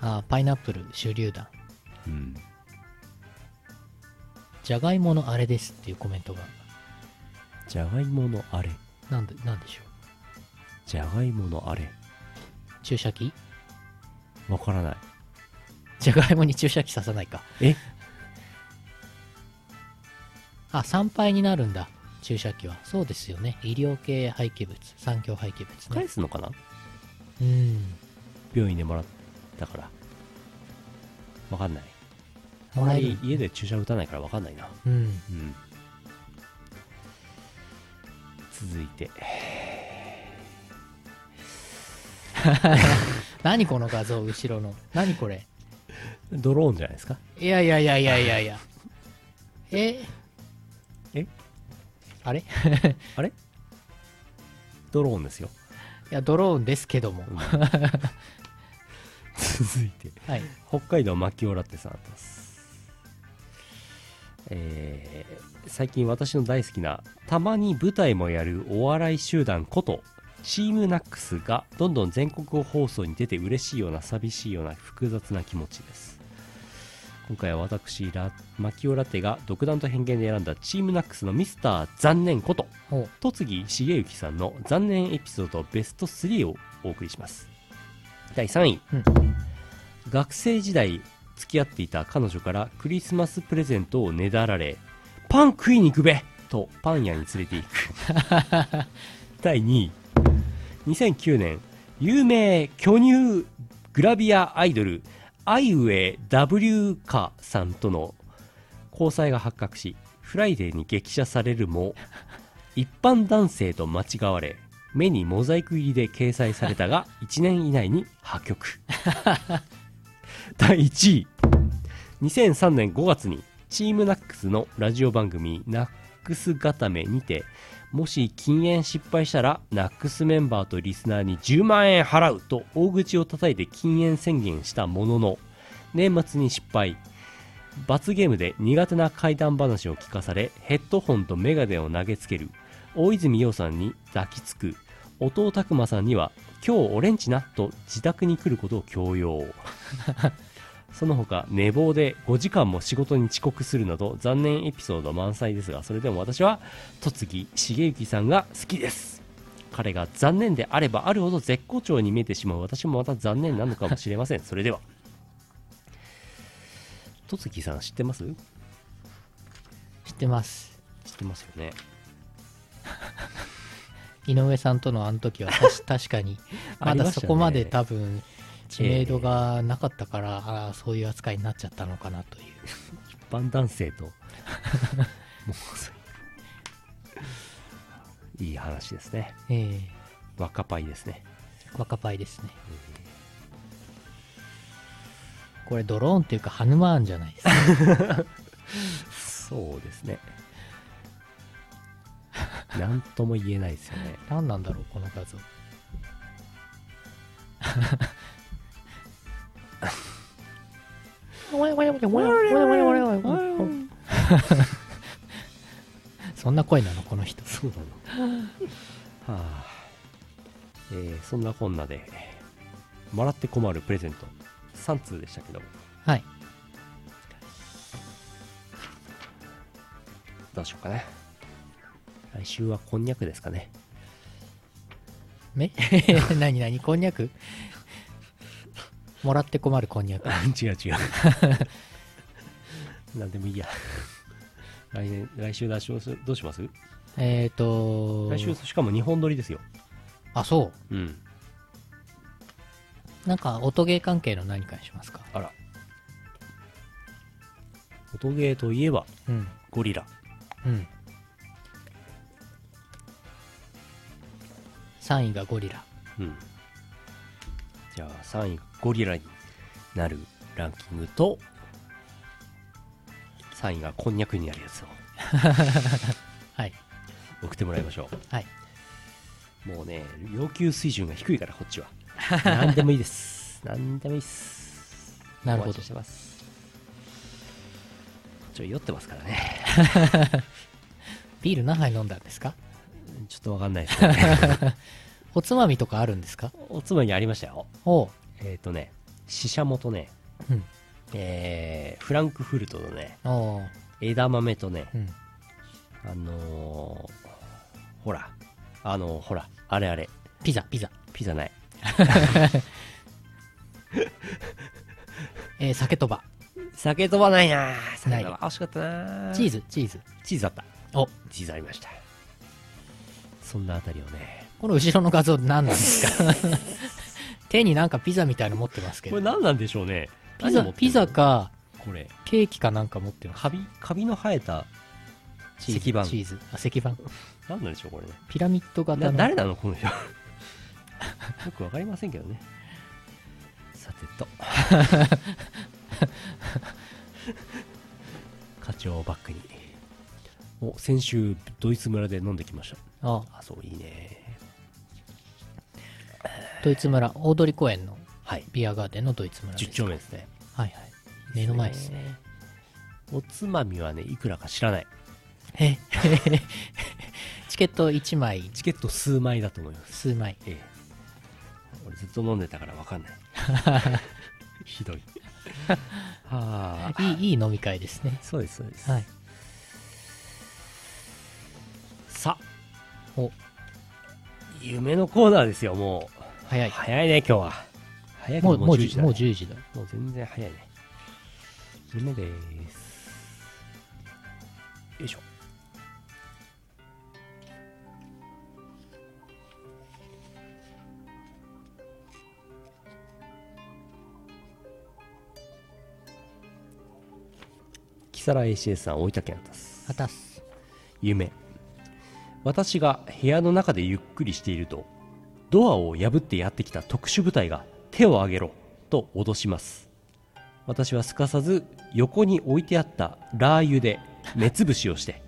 B: あパイナップル手榴弾
A: うん
B: じゃがいものあれですっていうコメントが
A: じゃがいものあれ
B: なんでなんでしょう
A: じゃがいものあれ
B: 注射器
A: わからない
B: じゃがいもに注射器刺さないか
A: え
B: あ参拝になるんだ注射器はそうですよね医療系廃棄物産業廃棄物
A: 返
B: ね
A: すのかな
B: うん
A: 病院でもらったからわかんないあ
B: も
A: ん
B: ら
A: ま
B: える
A: り家で注射打たないからわかんないな
B: うん
A: うん続いて
B: 何この画像後ろの何これ
A: ドローンじゃないですか
B: いやいやいやいやいやいや *laughs* え
A: え
B: あれい
A: あれドローンですよ、
B: やドローンですけども、 *laughs*
A: うん続いて
B: はい
A: 北海道マキオラテさんですえー最近私の大好きなたまに舞台もやるお笑い集団ことチームナックスがどんどん全国放送に出て嬉しいような寂しいような複雑な気持ちです今回は私ラマキオラテが独断と偏見で選んだチームナックスのミスター残念こと
B: おう
A: 戸次重幸さんの残念エピソードベスト3をお送りします第3位、
B: うん
A: 学生時代付き合っていた彼女からクリスマスプレゼントをねだられパン食いに行くべとパン屋に連れて行く
B: *laughs*
A: 第2位2009年有名巨乳グラビアアイドルアイウェイ W カさんとの交際が発覚しフライデーに激写されるも一般男性と間違われ目にモザイク入りで掲載されたが1年以内に破局 *laughs* 第1位2003年5月にチームナックスのラジオ番組「ナックス固め」にてもし禁煙失敗したらナックスメンバーとリスナーに10万円払うと大口を叩いて禁煙宣言したものの年末に失敗罰ゲームで苦手な怪談話を聞かされヘッドホンとメガネを投げつける大泉洋さんに抱きつく弟拓磨さんには「今日俺んちな」と自宅に来ることを強要その他寝坊で5時間も仕事に遅刻するなど残念エピソード満載ですがそれでも私は戸次重幸さんが好きです彼が残念であればあるほど絶好調に見えてしまう私もまた残念なのかもしれませんそれでは戸次さん知ってます
B: 知ってます
A: 知ってますよね
B: 井上さんとのあの時は *laughs* 確確かにまだそこまで多分知名度がなかったから、あーそういう扱いになっちゃったのかなという
A: 一般男性と *laughs* もうそれいい話ですね
B: え
A: 若パイですね
B: え若パイですねこれドローンっていうかハヌマーンじゃないですか
A: そうですね何とも言えないですよ *laughs* ね
B: 何なんだろうこの画像そんな声なのこの人
A: そうなのはあ、えーそんなこんなでもらって困るプレゼント3通でしたけど
B: はい
A: どうしようかな来週はこんにゃくですかね
B: め *laughs* 何何こんにゃくもらって困るこんにゃく
A: あ *laughs* 違う違うなんでもいいや *laughs* 来年来週出しますどうします
B: えっ、ー、と
A: 来週しかも日本撮りですよ
B: あそ
A: うん
B: うなんか音ゲー関係の何かにしますか
A: あら音ゲーといえば
B: うん
A: ゴリラ
B: うん3位がゴリラ
A: うんじゃあ3位がゴリラになるランキングと3位がこんにゃくになるやつを
B: はい。
A: 送ってもらいましょ
B: はい。
A: うもうね要求水準が低いからこっちは何でもいい *laughs* です何でもいいっす
B: なるほど
A: お待ちしてますこっちは酔ってますからね
B: ビール何杯飲んだんですか
A: ちょっとわかんないですけどね
B: おつまみとかあるんですか
A: *laughs* おつまみありましたよ
B: おう。
A: えっ、とねししゃもとね
B: うん。
A: えーフランクフルトのね
B: おう。
A: 枝豆とね
B: うん。
A: あのーほらあのーほらあれあれ
B: ピザ、ピザ。
A: ピザない
B: えー、酒とば。
A: 酒飛ばないな酒飛
B: な
A: ば惜しかったな
B: チ
A: ズ
B: ーズ、チーズ。
A: チーズあった
B: お、
A: チーズありましたそんなあたりをね
B: この後ろの画像何
A: *laughs*
B: なんですか手になんかピザみたいの持ってますけ
A: こ
B: ど
A: れ。何なんでしょうね
B: ピ
A: 何持
B: ザ、
A: って
B: ピ
A: んの
B: ザか、
A: これ
B: ケーキかなんか持ってます。
A: カビカビの生えた
B: チーズ
A: 石板
B: チーズ。あ、石板。
A: 何なんでしょうこれね
B: ピラミッド型
A: な
B: の。
A: 誰なのこの
B: *laughs*
A: 人よくわかりませんけどねさてと *laughs* 課長をバックにお先週ドイツ村で飲んできました
B: あ、
A: あそういいね
B: ドイツ村、大通公園の
A: はい
B: ビアガーデンのドイツ村です。
A: 10丁目ですね
B: はいはい。目の前ですね。
A: おつまみはねいくらか知らない
B: え、チケット1枚、
A: チケット数枚だと思います
B: 数枚。
A: ええ俺ずっと飲んでたからわかん
B: *laughs*
A: ないひどいはあ
B: いい、いい飲み会ですね。
A: そうですそうです、
B: はい。
A: さ
B: お、
A: 夢のコーナーですよも
B: 早
A: う
B: い。
A: 早いね今日は早いけ
B: も
A: ど
B: う、もう
A: 10
B: じ
A: 時
B: ゅ、
A: だ
B: も
A: ね
B: う10時だ。
A: もう全然早いね夢ですよいしょ木更津 ACS さん大分県あたす
B: あたす。
A: 夢私が部屋の中でゆっくりしているとドアを破ってやってきた特殊部隊が手を上げろと脅します私はすかさず横に置いてあったラー油で目つぶしをして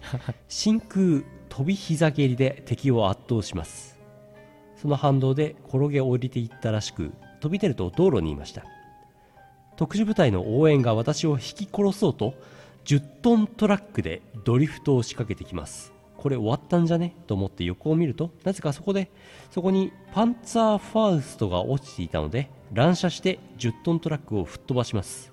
A: 真空飛び膝蹴りで敵を圧倒しますその反動で転げ降りていったらしく飛び出ると道路にいました特殊部隊の応援が私を引き殺そうと10トントラックでドリフトを仕掛けてきますこれ終わったんじゃねと思って横を見るとなぜかそこでそこにパンツァーファウストが落ちていたので乱射して10トントラックを吹っ飛ばします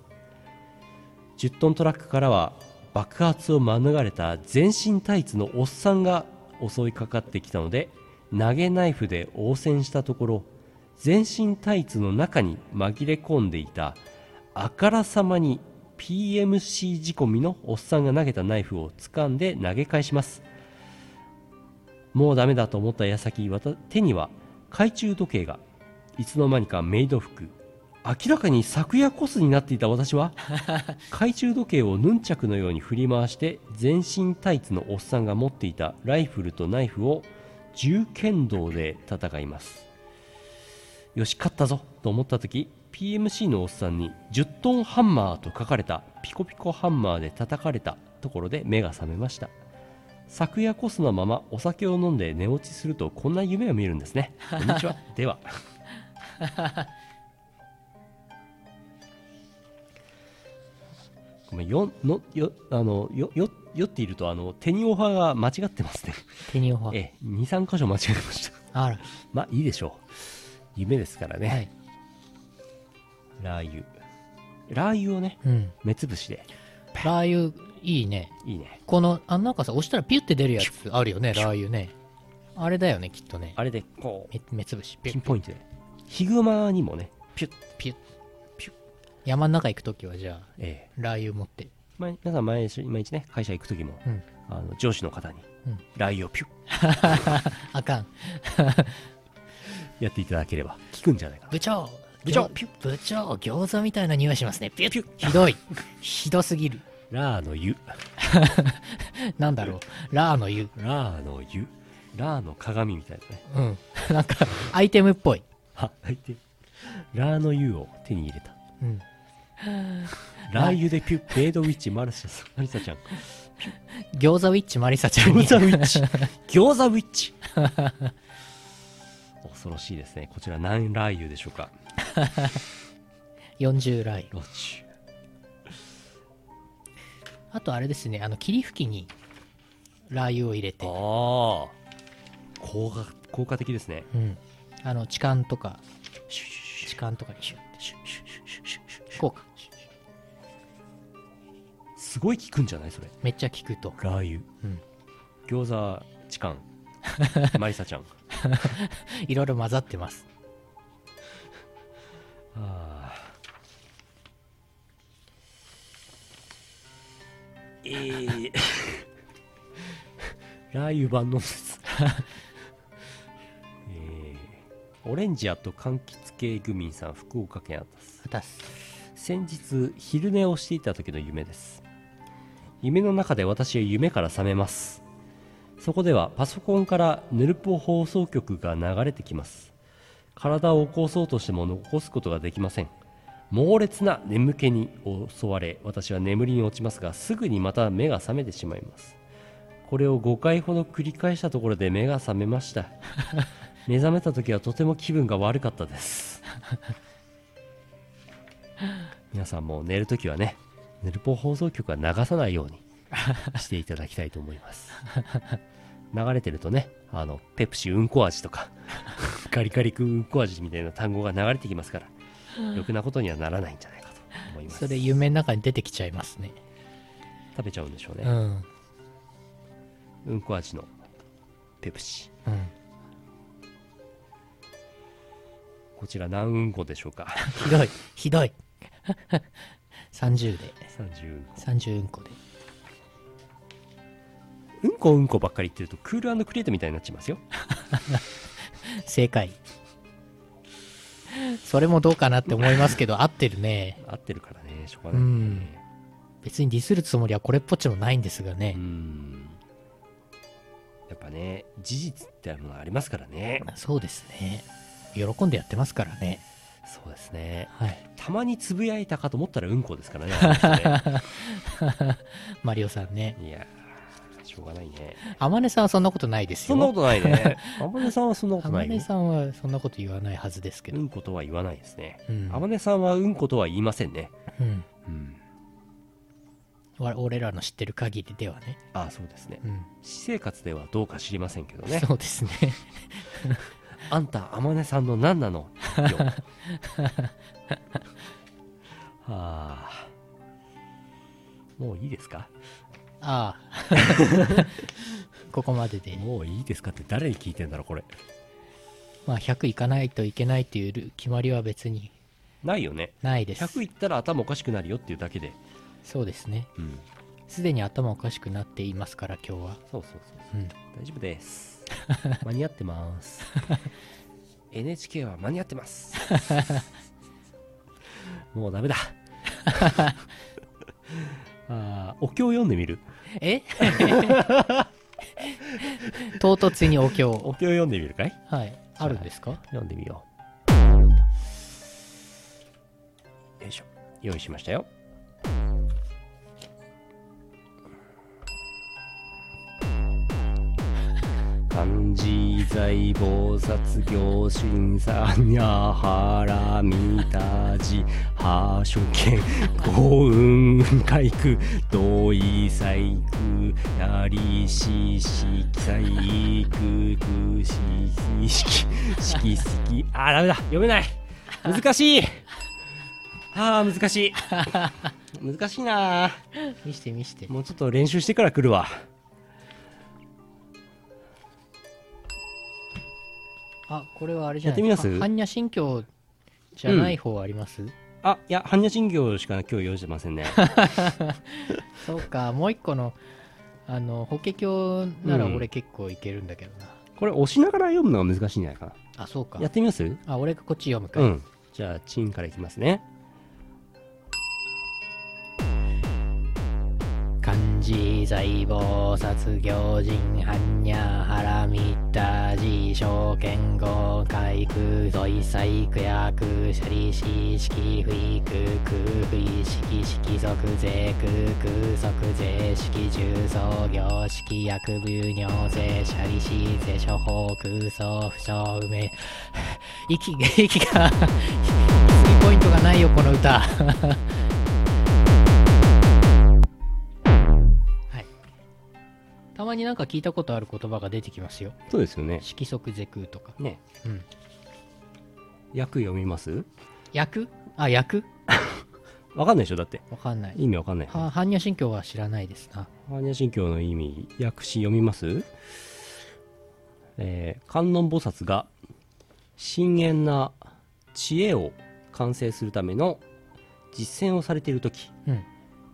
A: 10トントラックからは爆発を免れた全身タイツのおっさんが襲いかかってきたので投げナイフで応戦したところ全身タイツの中に紛れ込んでいたあからさまに PMC 仕込みのおっさんが投げたナイフを掴んで投げ返しますもうダメだと思った矢先わた手には懐中時計がいつの間にかメイド服明らかに昨夜コスになっていた私は懐中時計をヌンチャクのように振り回して全身タイツのおっさんが持っていたライフルとナイフを銃剣道で戦いますよし勝ったぞと思った時 PMC のおっさんに10トンハンマーと書かれたピコピコハンマーで叩かれたところで目が覚めました昨夜こそのままお酒を飲んで寝落ちするとこんな夢を見るんですねこんにちはではごめんよのよあのよよ酔っているとあの手にオファーが間違ってますね
B: テニオファ。
A: ええ23箇所間違えました *laughs*
B: あら。
A: まあいいでしょう夢ですからね、
B: はい。
A: ラー油ラー油をね
B: うん。
A: 目つぶしで
B: ラー油、いいね。
A: いいね
B: この、あ、なんかさ、押したらピュって出るやつあるよね、ラー油ね。あれだよね、きっとね。
A: あれでこう
B: め目つぶし、ピ
A: ピ
B: ュ
A: ン
B: ッ、
A: ポイントでヒグマにもね
B: ピュッ、ピュッ、ピュッ。山の中行くときは、じゃあ、
A: ええ
B: ラー油持って。 *laughs*
A: 前皆さん毎日毎日ね会社行く時も、
B: うん
A: あの上司の方に
B: うん
A: ラー油をピュッ
B: あかん。 *laughs*
A: やっていただければ効くんじゃないかな
B: 部長
A: 部長
B: ピュッ部長餃子みたいな匂いしますね。ピュッひどい。ひどすぎる。 *laughs*
A: ラーの湯
B: なんだろう。ラーの湯。
A: ラーの湯ラーの鏡みたいなね
B: *laughs* うん。なんか、アイテムっぽい。
A: は入ってラーの湯を手に入れた
B: うん。
A: ラー油でピュッベイドウィッチマルシャさんマリサちゃ
B: *laughs*
A: ん
B: 餃子ウィッチマリサちゃんに。
A: 餃子ウィッチ餃子ウィッ
B: *laughs*
A: チ恐ろしいですねこちら何ラー油でしょうか
B: 40来。
A: ロチ
B: あとあれですね、あの、霧吹きにラー油を入れて
A: ああ、効果効果的ですね
B: うん。あの、痴漢とか、痴漢とかにシュッてシュッシュッシュッシュッシュッシュッ効果。
A: すごい効くんじゃないそれ
B: めっちゃ効くと。
A: ラー油、
B: うん
A: 餃子痴
B: *laughs*
A: 漢マリサちゃん
B: いろいろ混ざってます。
A: あーえー、 *laughs* ラー油万能です、えー、オレンジアと柑橘系グミンさん福岡県あたす
B: 果たす。
A: 先日昼寝をしていた時の夢です夢の中で私は夢から覚めますそこではパソコンからヌルポ放送局が流れてきます体を起こそうとしても起こすことができません猛烈な眠気に襲われ私は眠りに落ちますがすぐにまた目が覚めてしまいますこれを5回ほど繰り返したところで目が覚めました目覚めた時はとても気分が悪かったです皆さんも寝るときはね、ヌルポ放送局は流さないようにしていただきたいと思います。流れてるとね、あの、ペプシうんこ味とか、ガリガリ君うんこ味みたいな単語が流れてきますから、ろくなことにはならないんじゃないかと思います。
B: それ夢の中に出てきちゃいますね。
A: 食べちゃうんでしょう
B: う
A: ね。
B: ん。
A: うんこ味のペプシ。
B: うん。
A: こちら何うんこでしょう *laughs* か
B: ひどい。ひどい。30で。
A: ?30 うんこ。
B: 30うんこで。
A: うんこうんこばっかり言ってると、クールクリエイトみたいになっちゃいますよ。
B: 正解。それもどうかなって思いますけど、合ってるね。
A: 合ってるからね、しょうがない、
B: うん別にディスるつもりはこれっぽっちもないんですが
A: う
B: ね。
A: んやっぱね事実ってものありますからね
B: そうですね。喜んでやってますからね。
A: そうですね
B: はい。
A: たまにつぶやいたかと思ったらうんこです *laughs* からねあの
B: *laughs* マリオさんね
A: 人。ねいやーしょうがないね
B: あまねさんはそんなことないです
A: そ
B: よ。
A: んなことない *laughs* ねあまねさんはそんなこと
B: あ
A: な
B: ま
A: い
B: ね
A: ね
B: さんはそんなこと言わないはずですけ
A: う
B: ど。
A: んことは言わないですね
B: うん
A: あまねさんはうんことは言いませんね
B: うん。
A: うん
B: わ俺らの知ってる限りではね。
A: ああそうですね
B: うん。
A: 私生活ではどうか知りませんけどね
B: そうです
A: *laughs*
B: ね。
A: あんた、あまねさんの何な *laughs* のよ。はあ。もういいですか
B: ああ。ここまでで。
A: もういいですかって誰に聞いてんだろう、これ。
B: まあ、100いかないといけないっていうル決まりは別に
A: ないよね。
B: ないです。
A: 100いったら頭おかしくなるよっていうだけで。
B: そうですね。
A: うん。
B: すでに頭おかしくなっていますから、今日は。
A: そうそうそう
B: う
A: そう。
B: ん。
A: 大丈夫 *laughs* です。間に合って *laughs* ます。NHK は間に合ってます。 *laughs* もうダメ *laughs* だ。あーお経読んでみる *laughs*
B: え *laughs* 唐突にお経を。
A: お経読んでみるかい
B: はい。あるんですか
A: 読んでみようよいしょ用意しましたよ漢字財宝殺行審査にゃはらみたじはしょけん幸運回復同意細工やりししき細工くしししきしきすきあーダメだ読めない難しいあー難しい難しいなー
B: 見して見して。
A: もうちょっと練習してから来るわ
B: あ、これはあれじゃない
A: やってみます
B: あ般若心経じゃない方あります、
A: あいや般若心経しか今日用意してませんね
B: そうか、もう一個の、あの、法華経なら
A: うん
B: 俺結構いけるんだけどな。
A: これ押しながら読むのが難しいんじゃないか
B: あ、そうか
A: なや。ってみます
B: あ、俺がこっち読むか。
A: うんじゃあチンからいきますね
B: 漢自在棒殺行人般若ハラミッタ自称剣豪快空土イサイクヤクシャリシ式不意空空不意式式即税空空即税式重創業式薬部尿税シャリシ税処方空想不詳不明息息がスリーポイントがないよこの歌はい。たまになんか聞いたことある言葉が出てきますよ。
A: そうですよね。
B: 色即是空とか。
A: ね。
B: うん。
A: 訳読みます
B: 役あ、役
A: わかんないでしょだって。
B: わかんない。
A: 意味わかんない。
B: は、般若心経は知らないですな。
A: 般若心経の意味、訳詞読みますえー観音菩薩が深遠な知恵を完成するための実践をされている時
B: うん。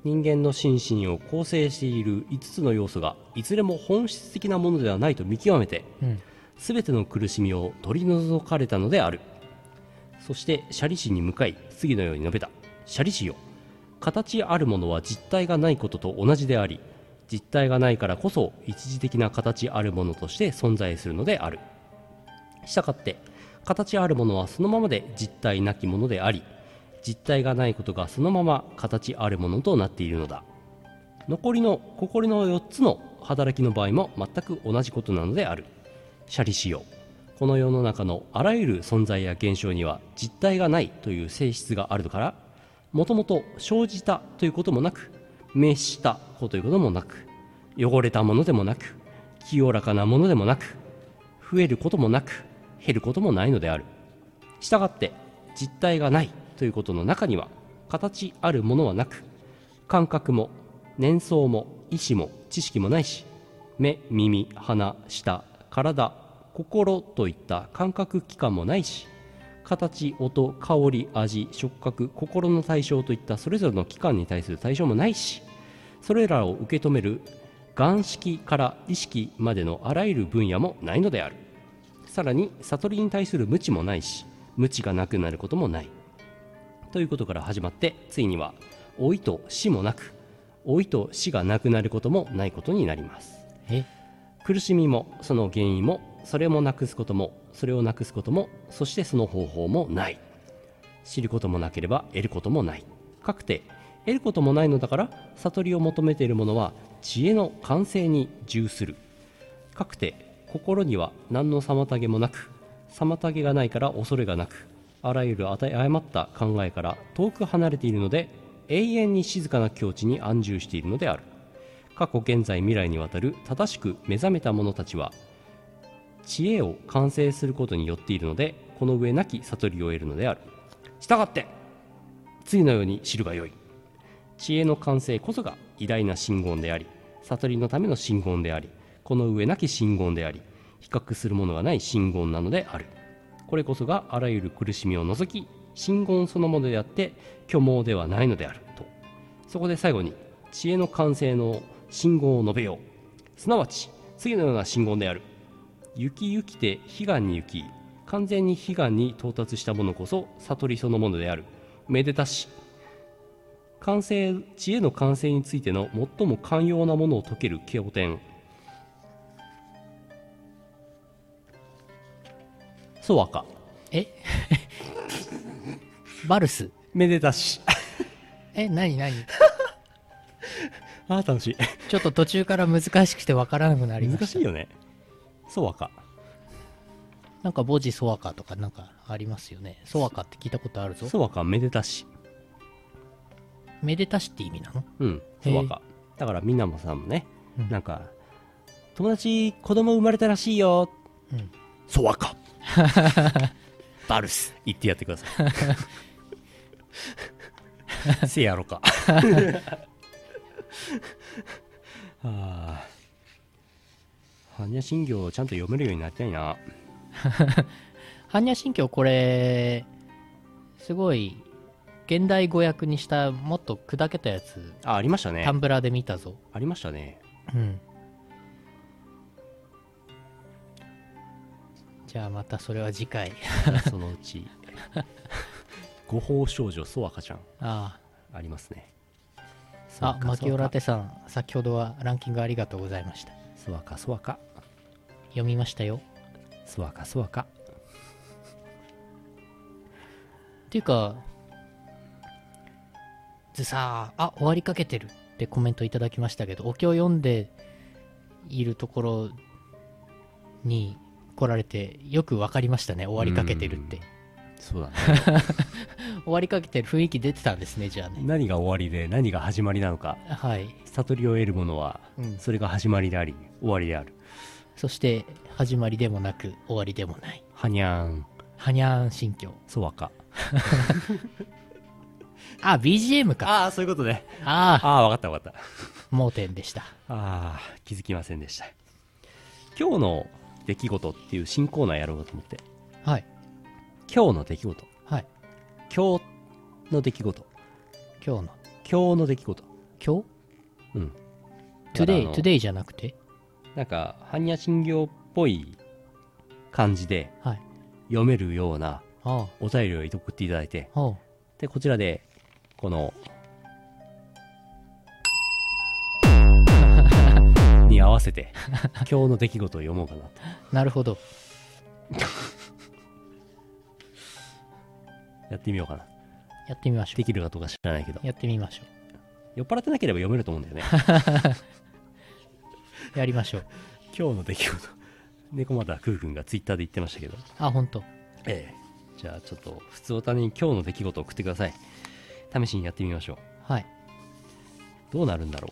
A: 人間の心身を構成している5つの要素がいずれも本質的なものではないと見極めて
B: うん。
A: 全ての苦しみを取り除かれたのであるそして斜里氏に向かい次のように述べた斜里氏よ形あるものは実体がないことと同じであり実体がないからこそ一時的な形あるものとして存在するのであるしたがって形あるものはそのままで実体なきものであり実体がないことがそのまま形あるものとなっているのだ残りの心の4つの働きの場合も全く同じことなのであるシャリ仕様この世の中のあらゆる存在や現象には実体がないという性質があるからもともと生じたということもなく滅したこということもなく汚れたものでもなく清らかなものでもなく増えることもなく減ることもないのであるしたがって実体がないということの中には形あるものはなく感覚も年相も意志も知識もないし目耳鼻舌体心といった感覚器官もないし形音香り味触覚心の対象といったそれぞれの器官に対する対象もないしそれらを受け止める眼識から意識までのあらゆる分野もないのであるさらに悟りに対する無知もないし無知がなくなることもないということから始まってついには老いと死もなく老いと死がなくなることもないことになります
B: え
A: 苦しみもその原因もそれもなくすこともそれをなくすこともそしてその方法もない知ることもなければ得ることもないかくて得ることもないのだから悟りを求めているものは知恵の完成に従するかくて心には何の妨げもなく妨げがないから恐れがなくあらゆる与え誤った考えから遠く離れているので永遠に静かな境地に安住しているのである過去現在未来にわたる正しく目覚めた者たちは知恵を完成することによっているのでこの上なき悟りを得るのであるしたがって次のように知るがよい知恵の完成こそが偉大な真言であり悟りのための真言でありこの上なき真言であり比較するものがない真言なのであるこれこそがあらゆる苦しみを除き真言そのものであって虚妄ではないのであるとそこで最後に知恵の完成の信号を述べようすなわち次のような信号である雪雪て悲願に行き完全に悲願に到達したものこそ悟りそのものであるめでたし完成知恵の完成についての最も寛容なものを解ける経典ソワカ
B: え *laughs* バルス
A: めでたし *laughs*
B: え、なになに
A: あー楽し
B: ちょっと途中から難しくてわからなくなり
A: い
B: ました。
A: 難しいよねソワカ
B: なんか、母子ソワカとかなんかありますよね。ソワカって聞いたことあるぞ。
A: ソワカめでたし
B: めでたしって意味なの
A: うん、
B: へえ
A: そうか。だからみなもさんもね、
B: うん
A: なんか、友達、子供生まれたらしいよ。
B: うん。
A: そうか。バルス。言ってやってくださ
B: *laughs*
A: い。せやろか。 *laughs* はあ。般若心経をちゃんと読めるようになりたいな。
B: 般若心経これ、すごい、現代語訳にしたもっと砕けたやつ、
A: あ、ありましたね
B: タ。ンブラーで見たぞ。
A: ありましたね。
B: うん。じゃあまたそれは次回。
A: そのうち。五宝少女ソワカちゃん。
B: ああ、
A: ありますね。そわ
B: あ
A: か
B: マキオラテさん先ほどはランキングありがとうございました
A: そわかそわか
B: 読みましたよ
A: そわかそわか
B: っていうかずさーあ終わりかけてるってコメントいただきましたけどお経を読んでいるところに来られてよく分かりましたね終わりかけてるって
A: そうだね
B: 終わりかけてる雰囲気出てたんですねじゃあね
A: *laughs* 何が終わりで何が始まりなのか
B: はい、
A: 悟りを得るものは
B: うん、
A: それが始まりであり終わりである
B: そして始まりでもなく終わりでもない
A: はにゃーん
B: はにゃーん心境
A: そわか
B: あ BGM か
A: ああそういうことね
B: ああ
A: ああわかったわかった
B: 盲点でした
A: ああ気づきませんでした今日の出来事っていう新コーナーやろうと思って
B: はい
A: 今日の出来事
B: はい
A: 今日の出来事
B: 今日
A: 今日
B: の
A: の出来事
B: 今
A: うん
B: 日
A: だからあ
B: ?Today
A: の
B: Today じゃなくて
A: なんか般若心経っぽい感じで
B: はい
A: 読めるような
B: あ
A: お便りを送っていただいて
B: あああ
A: でこちらでこの *laughs* に合わせて今日の出来事を読もうかなと
B: なるほど。
A: やってみようかな
B: やってみましょ
A: できるかどうか知らないけど
B: う。やってみましょ
A: 酔っ払ってなければ読めると思うんだよね
B: う。やりましょう。
A: *laughs* 今日の出来事猫又くーくんがツイッターで言ってましたけど
B: あ、ほんと。
A: ええじゃあちょっと普通おたに今日の出来事を送ってください試しにやってみましょう
B: はい。
A: どうなるんだろ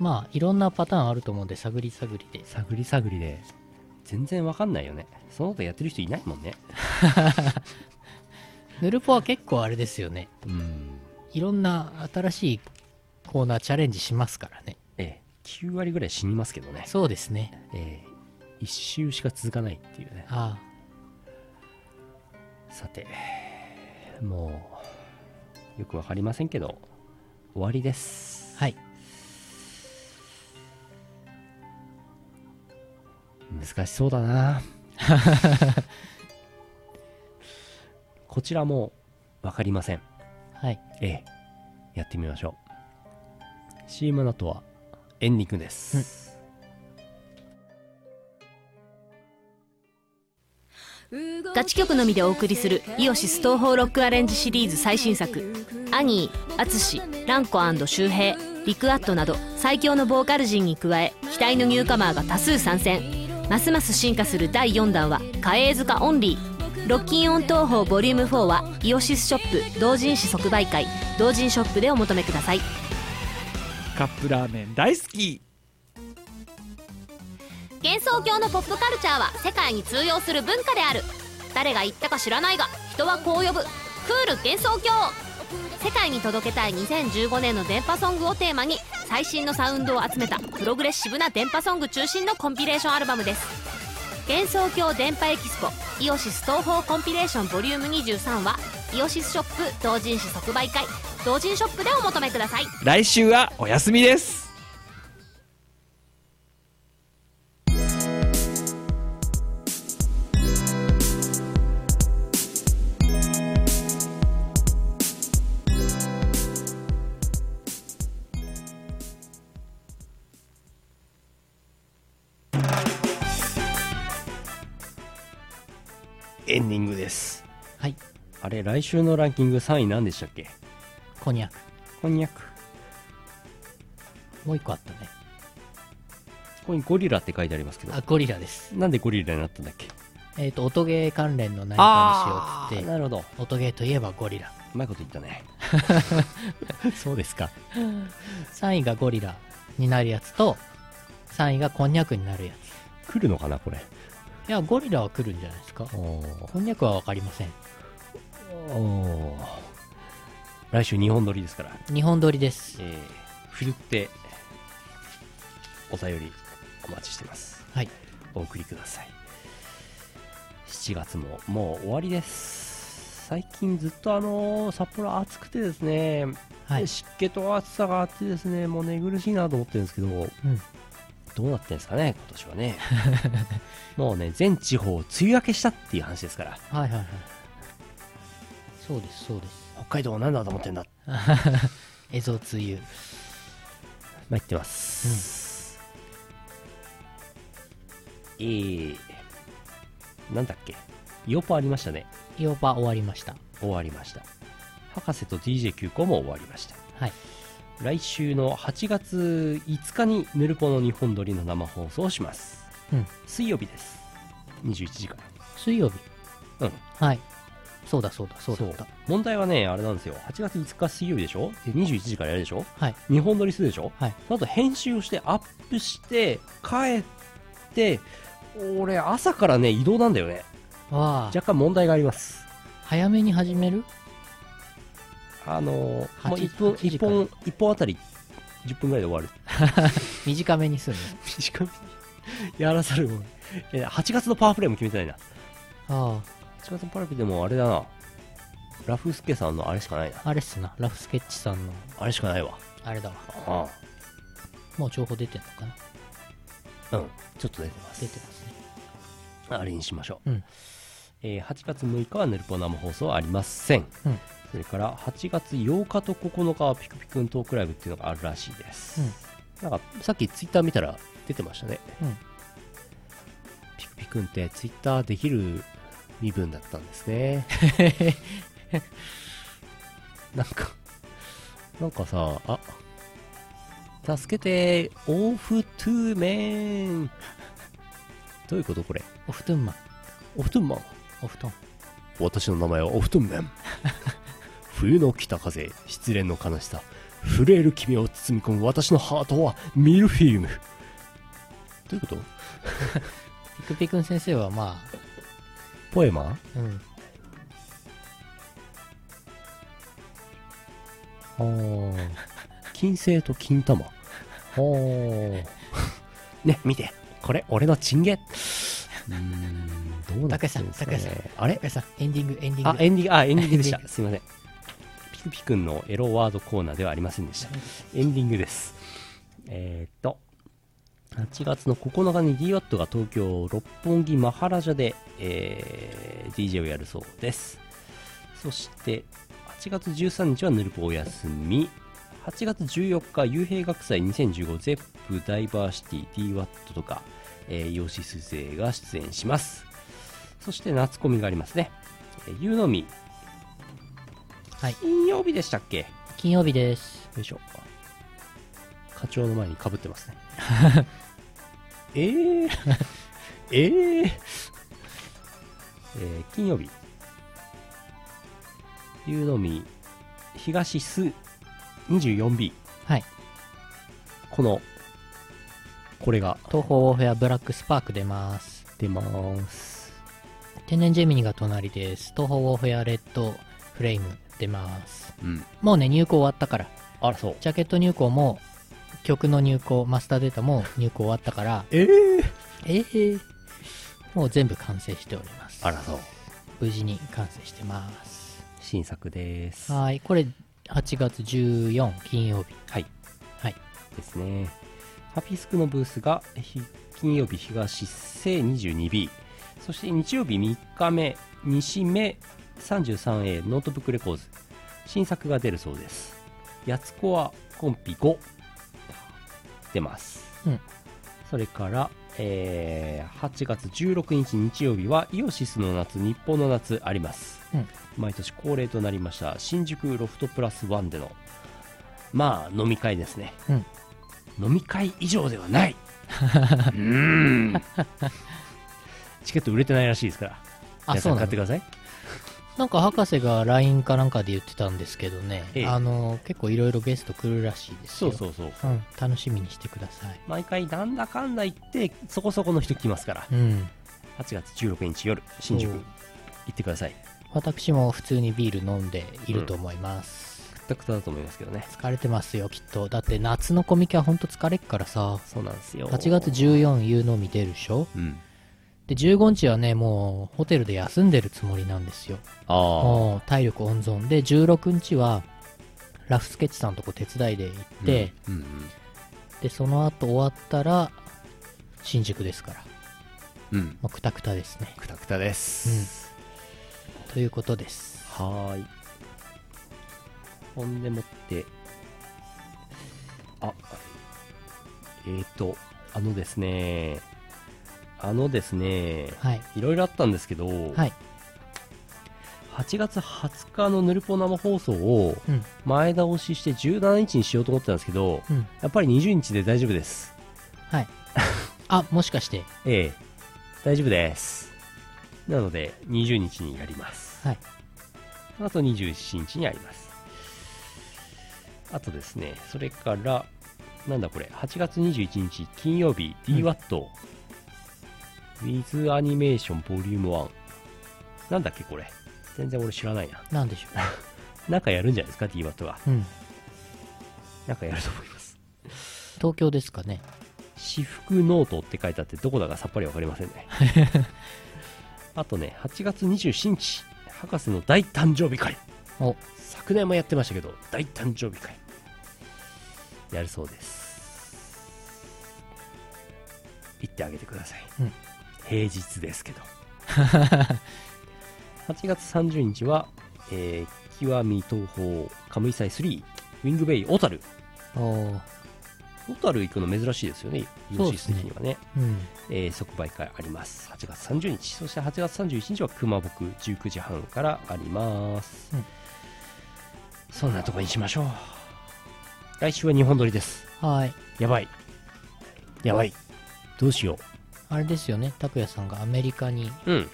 A: う
B: まあ、いろんなパターンあると思うんで、探り探りで。
A: 探り探りで全然わかんないよねそのことやってる人いないもんね
B: ヌルポは結構あれですよね。
A: うん
B: いろんな新しいコーナーチャレンジしますからね。
A: ええ9割ぐらい死にますけどね
B: そうですね。
A: ええ1周しか続かないっていうね
B: あ
A: さてもうよくわかりませんけど終わりです
B: あ。はい。
A: 難しそうだな *laughs* こちらも分かりません
B: はい。
A: ええやってみましょう CM の後はエンディングです、
C: ガチ曲のみでお送りするイオシス東方ロックアレンジシリーズ最新作「アニー」「アツシ」「ランコ周平」「リクアット」など最強のボーカル陣に加え期待のニューカマーが多数参戦ますます進化する第4弾は「カエーズカオンリー」ロッキンオン東方ボリューム4はイオシスショップ同人誌即売会同人ショップでお求めください
D: カップラーメン大好き
C: 幻想郷のポップカルチャーは世界に通用する文化である誰が言ったか知らないが人はこう呼ぶクール幻想郷世界に届けたい2015年の電波ソングをテーマに最新のサウンドを集めたプログレッシブな電波ソング中心のコンピレーションアルバムです幻想郷電波エキスポイオシス東方コンピレーションボリューム23はイオシスショップ同人誌即売会同人ショップでお求めください
D: 来週はお休みです
A: エンディングです
B: はい。
A: あれ来週のランキング3位何でしたっけ
B: こんにゃく。
A: こんにゃく
B: もう一個あったね。
A: ここにゴリラって書いてありますけど
B: あ、ゴリラです。
A: なんでゴリラになったんだっけ
B: えっ、と、音ゲー関連の何かにしようっつっ
A: なるほど
B: て、音ゲーといえばゴリラ。
A: うまいこと言った *laughs* ねそうですか
B: 3位がゴリラになるやつと、3位がこんにゃくになるやつ。
A: 来るのかなこれ
B: いや、ゴリラは来るんじゃないですか。
A: お
B: こんにゃくはわかりません。
A: ーおー来週2本撮りですから
B: 日本撮りです。
A: えー、ふるってお便りお待ちしてます
B: はい。
A: お送りください7月ももう終わりです最近ずっとあのー札幌暑くてですね、
B: はい。
A: 湿気と暑さがあってですねもう寝苦しいなと思ってるんですけど、どうなってんですかね今年は *laughs* ねもうね全地方梅雨明けしたっていう話ですから
B: はいはいはい。そうです、そうです。
A: 北海道は何だと思ってんだ
B: 映像通ゆ
A: 参ってます、えー、なんだっけイオパありましたね
B: イオパ終わりました
A: 終わりました博士と DJ9 個も終わりました
B: はい
A: 来週の8月5日にヌルポの日本撮りの生放送をします、
B: うん
A: 水曜日です21時から
B: 水曜日
A: うん
B: はいそうだそうだそうだった
A: 問題はねあれなんですよ8月5日水曜日でしょで21時からやるでしょ
B: はい
A: 日本撮りするでしょ、
B: はい
A: その後編集をしてアップして帰って俺朝からね移動なんだよね
B: わあ
A: 若干問題があります
B: 早めに始める
A: あのー
B: 8
A: もう1本
B: 8時
A: 一
B: から
A: 本一本あたり10分ぐらいで終わる
B: 短めにするの
A: 短めに *laughs* やらざるを得ないえ8月のパワープレイも決めてないな
B: あ
A: 8月のパワープレイでもあれだなラフスケさんのあれしかないな
B: ああれっすなラフスケッチさんの
A: あれしかないわ
B: あれだわ
A: あ
B: もう情報出てんのか
A: あ
B: な
A: うんちょっと出てます
B: 出てますね
A: あれにしましょう、
B: うん
A: えー8月6日はヌルポ生放送ありません、
B: うん
A: それから8月8日と9日はピクピクントークライブっていうのがあるらしいです、なんかさっきツイッター見たら出てましたね、
B: うん
A: ピクピクンってツイッターできる身分だったんです
B: *laughs*
A: ねなんかなんかさあ助けてオフトゥーメンどういうことこれ
B: お布団マン
A: オフトゥーマン
B: お布団
A: 私の名前はオフトンメン *laughs* 冬の北風失恋の悲しさ震える君を包み込む私のハートはミルフィーユムどういうこと
B: ピクピクン先生はま
A: ポエマ
B: あうん
A: あー金星と金玉あー *laughs* ね見てこれ俺のチンゲうーんどうなってるんですか、ね、
B: 高橋さん高橋
A: あれ
B: えさエンディングエンディン
A: あ
B: グ
A: エンディング *laughs* あエンディングでし
B: エンディン
A: たすいませんピクピクンのエロワードコーナーではありませんでしたエンディングですえーっと8月の9日に DWAT が東京六本木マハラジャで、えー DJ をやるそうですそして8月13日はヌルポお休み8月14日幽閉学祭2015ゼップダイバーシティ DWAT とか、えーイオシス勢が出演しますそして夏コミがありますねえー、ゆうのみ。
B: はい
A: 金曜日でしたっけよ
B: 金曜日です
A: いしょ。課長の前にかぶってますね。 *laughs* えー、えー、えー金曜日。ゆうのみ、東す 24B。
B: はい
A: この、これが
B: 東方オフェアブラックスパーク出ます
A: 出ます。
B: 天然ジェミニが隣です東方オフェアレッドフレーム出ます
A: うん。
B: もうね入稿終わったから
A: あら、そう。
B: ジャケット入稿も曲の入稿マスターデータも入稿終わったから
A: えー、
B: ええもう全部完成しております
A: あら、そう。
B: 無事に完成してます
A: 新作です。
B: はいこれ8月14金曜日
A: はい。
B: はい。
A: ですね。ハピスクのブースが、ひ金曜日東西 22B、そして日曜日3日目、西目 33A ノートブックレコーズ。新作が出るそうです。やつこはコンピ5。出ます。
B: うん
A: それから、えー8月16日日曜日はイオシスの夏、日本の夏あります。
B: うん
A: 毎年恒例となりました新宿ロフトプラスワンでのまあ飲み会ですね、
B: うん
A: 飲み会以上では
B: *laughs*
A: ないうーんチケット売れてないらしいですから
B: あ
A: 皆
B: そ
A: さ
B: うん
A: 買っ
B: なの
A: てください
B: なんか博士が LINE かなんかで言ってたんですけどね、
A: ええ
B: あの結構いろいろゲスト来るらしいです
A: そ
B: よ
A: うそうそう
B: うん、楽しみにしてください
A: 毎回なんだかんだ言ってそこそこの人来ますから
B: うん
A: 8月16日夜新宿
B: おう
A: 行ってください
B: 私も普通にビール飲んでいると思います、
A: くたくただと思いますけどね
B: 疲れてますよきっとだって夏のコミケはほんと疲れっからさ
A: そうなんですよ
B: 8月14言うのみ出るでしょ
A: うん
B: で15日はねもうホテルで休んでるつもりなんですよ
A: ああ
B: もう体力温存で16日はラフスケッチさんとこ手伝いで行って、
A: うんうん
B: でその後終わったら新宿ですから
A: うんうん
B: もうクタクタですね
A: くたくたです、
B: ということです
A: はーいほんでもってえーと、あのですね、あのですね、
B: はい。
A: いろいろあったんですけど、
B: はい。
A: 8月20日のヌルポ生放送を
B: うん
A: 前倒しして17日にしようと思ってたんですけど、
B: うん。
A: やっぱり20日で大丈夫です。
B: はい。あ、もしかして。
A: ええ、大丈夫です。なので、20日にやります。
B: はい。
A: あと27日にあります。あとですね、それから、なんだこれ、8月21日金曜日、
B: うん
A: DWAT、With アニメーションボリューム1。なんだっけこれ。全然俺知らないな。
B: なんでしょ
A: *laughs* なんかやるんじゃないですか、DWAT は。
B: う。うん。
A: なんかやると思います。
B: 東京ですかね。
A: 私服ノートって書いてあって、どこだかさっぱりわかりませんね。
B: *laughs*
A: あとね、8月27日、博士の大誕生日会。
B: お、
A: 昨年もやってましたけど大誕生日会やるそうです行ってあげてください、
B: うん
A: 平日ですけど *laughs* 8月30日は、えー極み東宝カムイ祭3ウィングベイ小樽
B: おー
A: 小樽行くの珍しいですよね
B: そう
A: 吉
B: です
A: 石的に
B: ね
A: はね
B: うん。
A: えー即売会あります8月30日そして8月31日は熊僕19時半からあります、
B: うん
A: そんなとこにしましょう来週は日本撮りです
B: はい。
A: やばいやばいどうしよ
B: あれですよね。拓也さんがアメリカに
A: ううん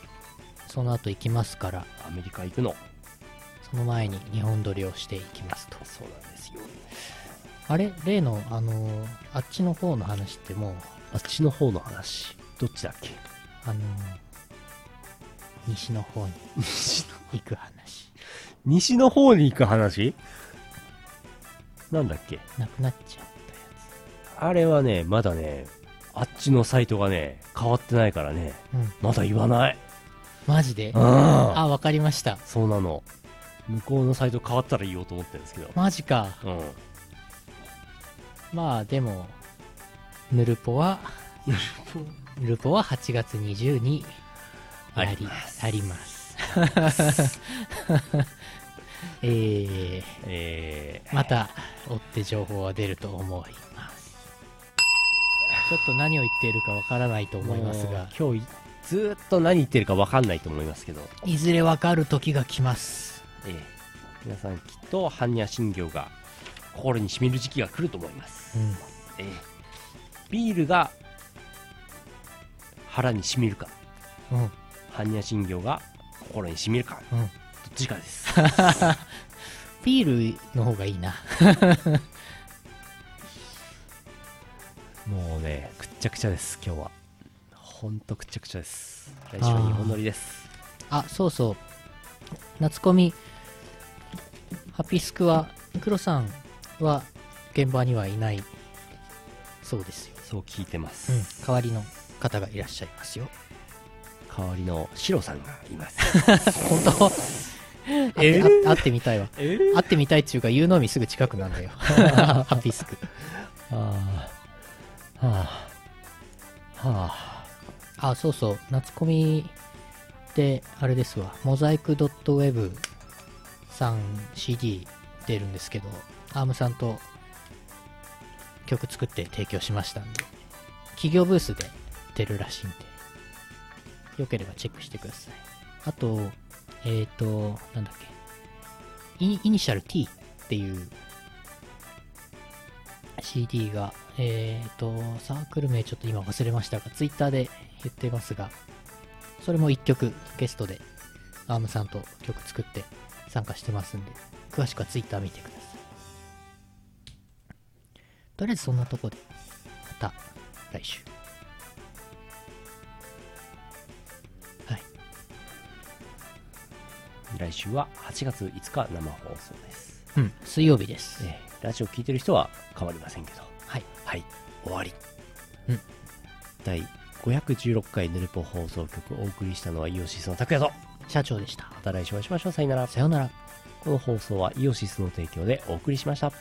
B: その後行きますから、
A: アメリカ行くの
B: その前に日本撮りをしていきますと。
A: そうなんですよ
B: あれ例の、あのーあっちの方の話ってもう、
A: あっちの方の話どっちだっけ
B: あのー西の *laughs* 方に行く話。
A: 西の方に行く話なんだっけ
B: なくなっちゃったや
A: あれはねまだねあっちのサイトがね変わってないからね
B: つ。うん。
A: まだ言わない
B: マジで
A: あ
B: あ、わかりました。
A: そうなの。向こうのサイト変わったら言おうと思ってるんですけど。
B: マジか。
A: うん。
B: まあでも、ヌルポは、ヌルポは8月20に
A: あ
B: あ
A: り
B: り
A: ます
B: あります。 *laughs* えー、
A: えー、
B: また追って情報は出ると思います。ちょっと何を言っているかわからないと思いますが、
A: もう今日いずーっと何言ってるか分かんないと思いますけど、
B: いずれわかる時が来ます。
A: えー、皆さんきっと般若心経が心に染みる時期が来ると思います。
B: うん。
A: えー、ビールが腹に染みるか、
B: うん。
A: 般若心経が心に染みるか、
B: うん。
A: どっちかです。
B: ビールの方がいいな。
A: もうね、くっちゃくちゃです、今日は。ほんとくっちゃくちゃです。来週は日本乗りです。
B: あ、そうそう。夏コミ、ハピスクは、黒さんは現場にはいないそうですよ。
A: そう聞いてます。
B: うん。代わりの方がいらっしゃいますよ。
A: 代わりのシロさんがいます
B: 本当
A: え
B: 会って会ってみたいわ。
A: え
B: 会ってみたいっていうか、言うのみすぐ近くなんだ *laughs* よ。ハピスク。
A: ああはあは
B: あ、そうそう。夏コミで、あれですわ。モザイク .web さん CD 出るんですけど、アームさんと曲作って提供しましたんで、企業ブースで出るらしいんで、よければチェックしてください。あと、えっ、ー、と、なんだっけ。イイニシャル T っていう CD が、えっ、と、サークル名ちょっと今忘れましたが、ツイッターで言ってますが、それも1曲ゲストでアームさんと曲作って参加してますんで、詳しくはツイッター見てください。とりあえずそんなとこで、また来週。はい。
A: あ来週は8月5日生放送です、
B: うん、水曜日です。
A: えーラジオ聞いてる人は変わりませんけど
B: はい。
A: はい終わり、
B: うん
A: 第516回ヌルポ放送局お送りしたのはイオシスの拓也と
B: 社長でした。
A: また来週お会いしましょうさよなら
B: さようなら。
A: この放送はイオシスの提供でお送りしました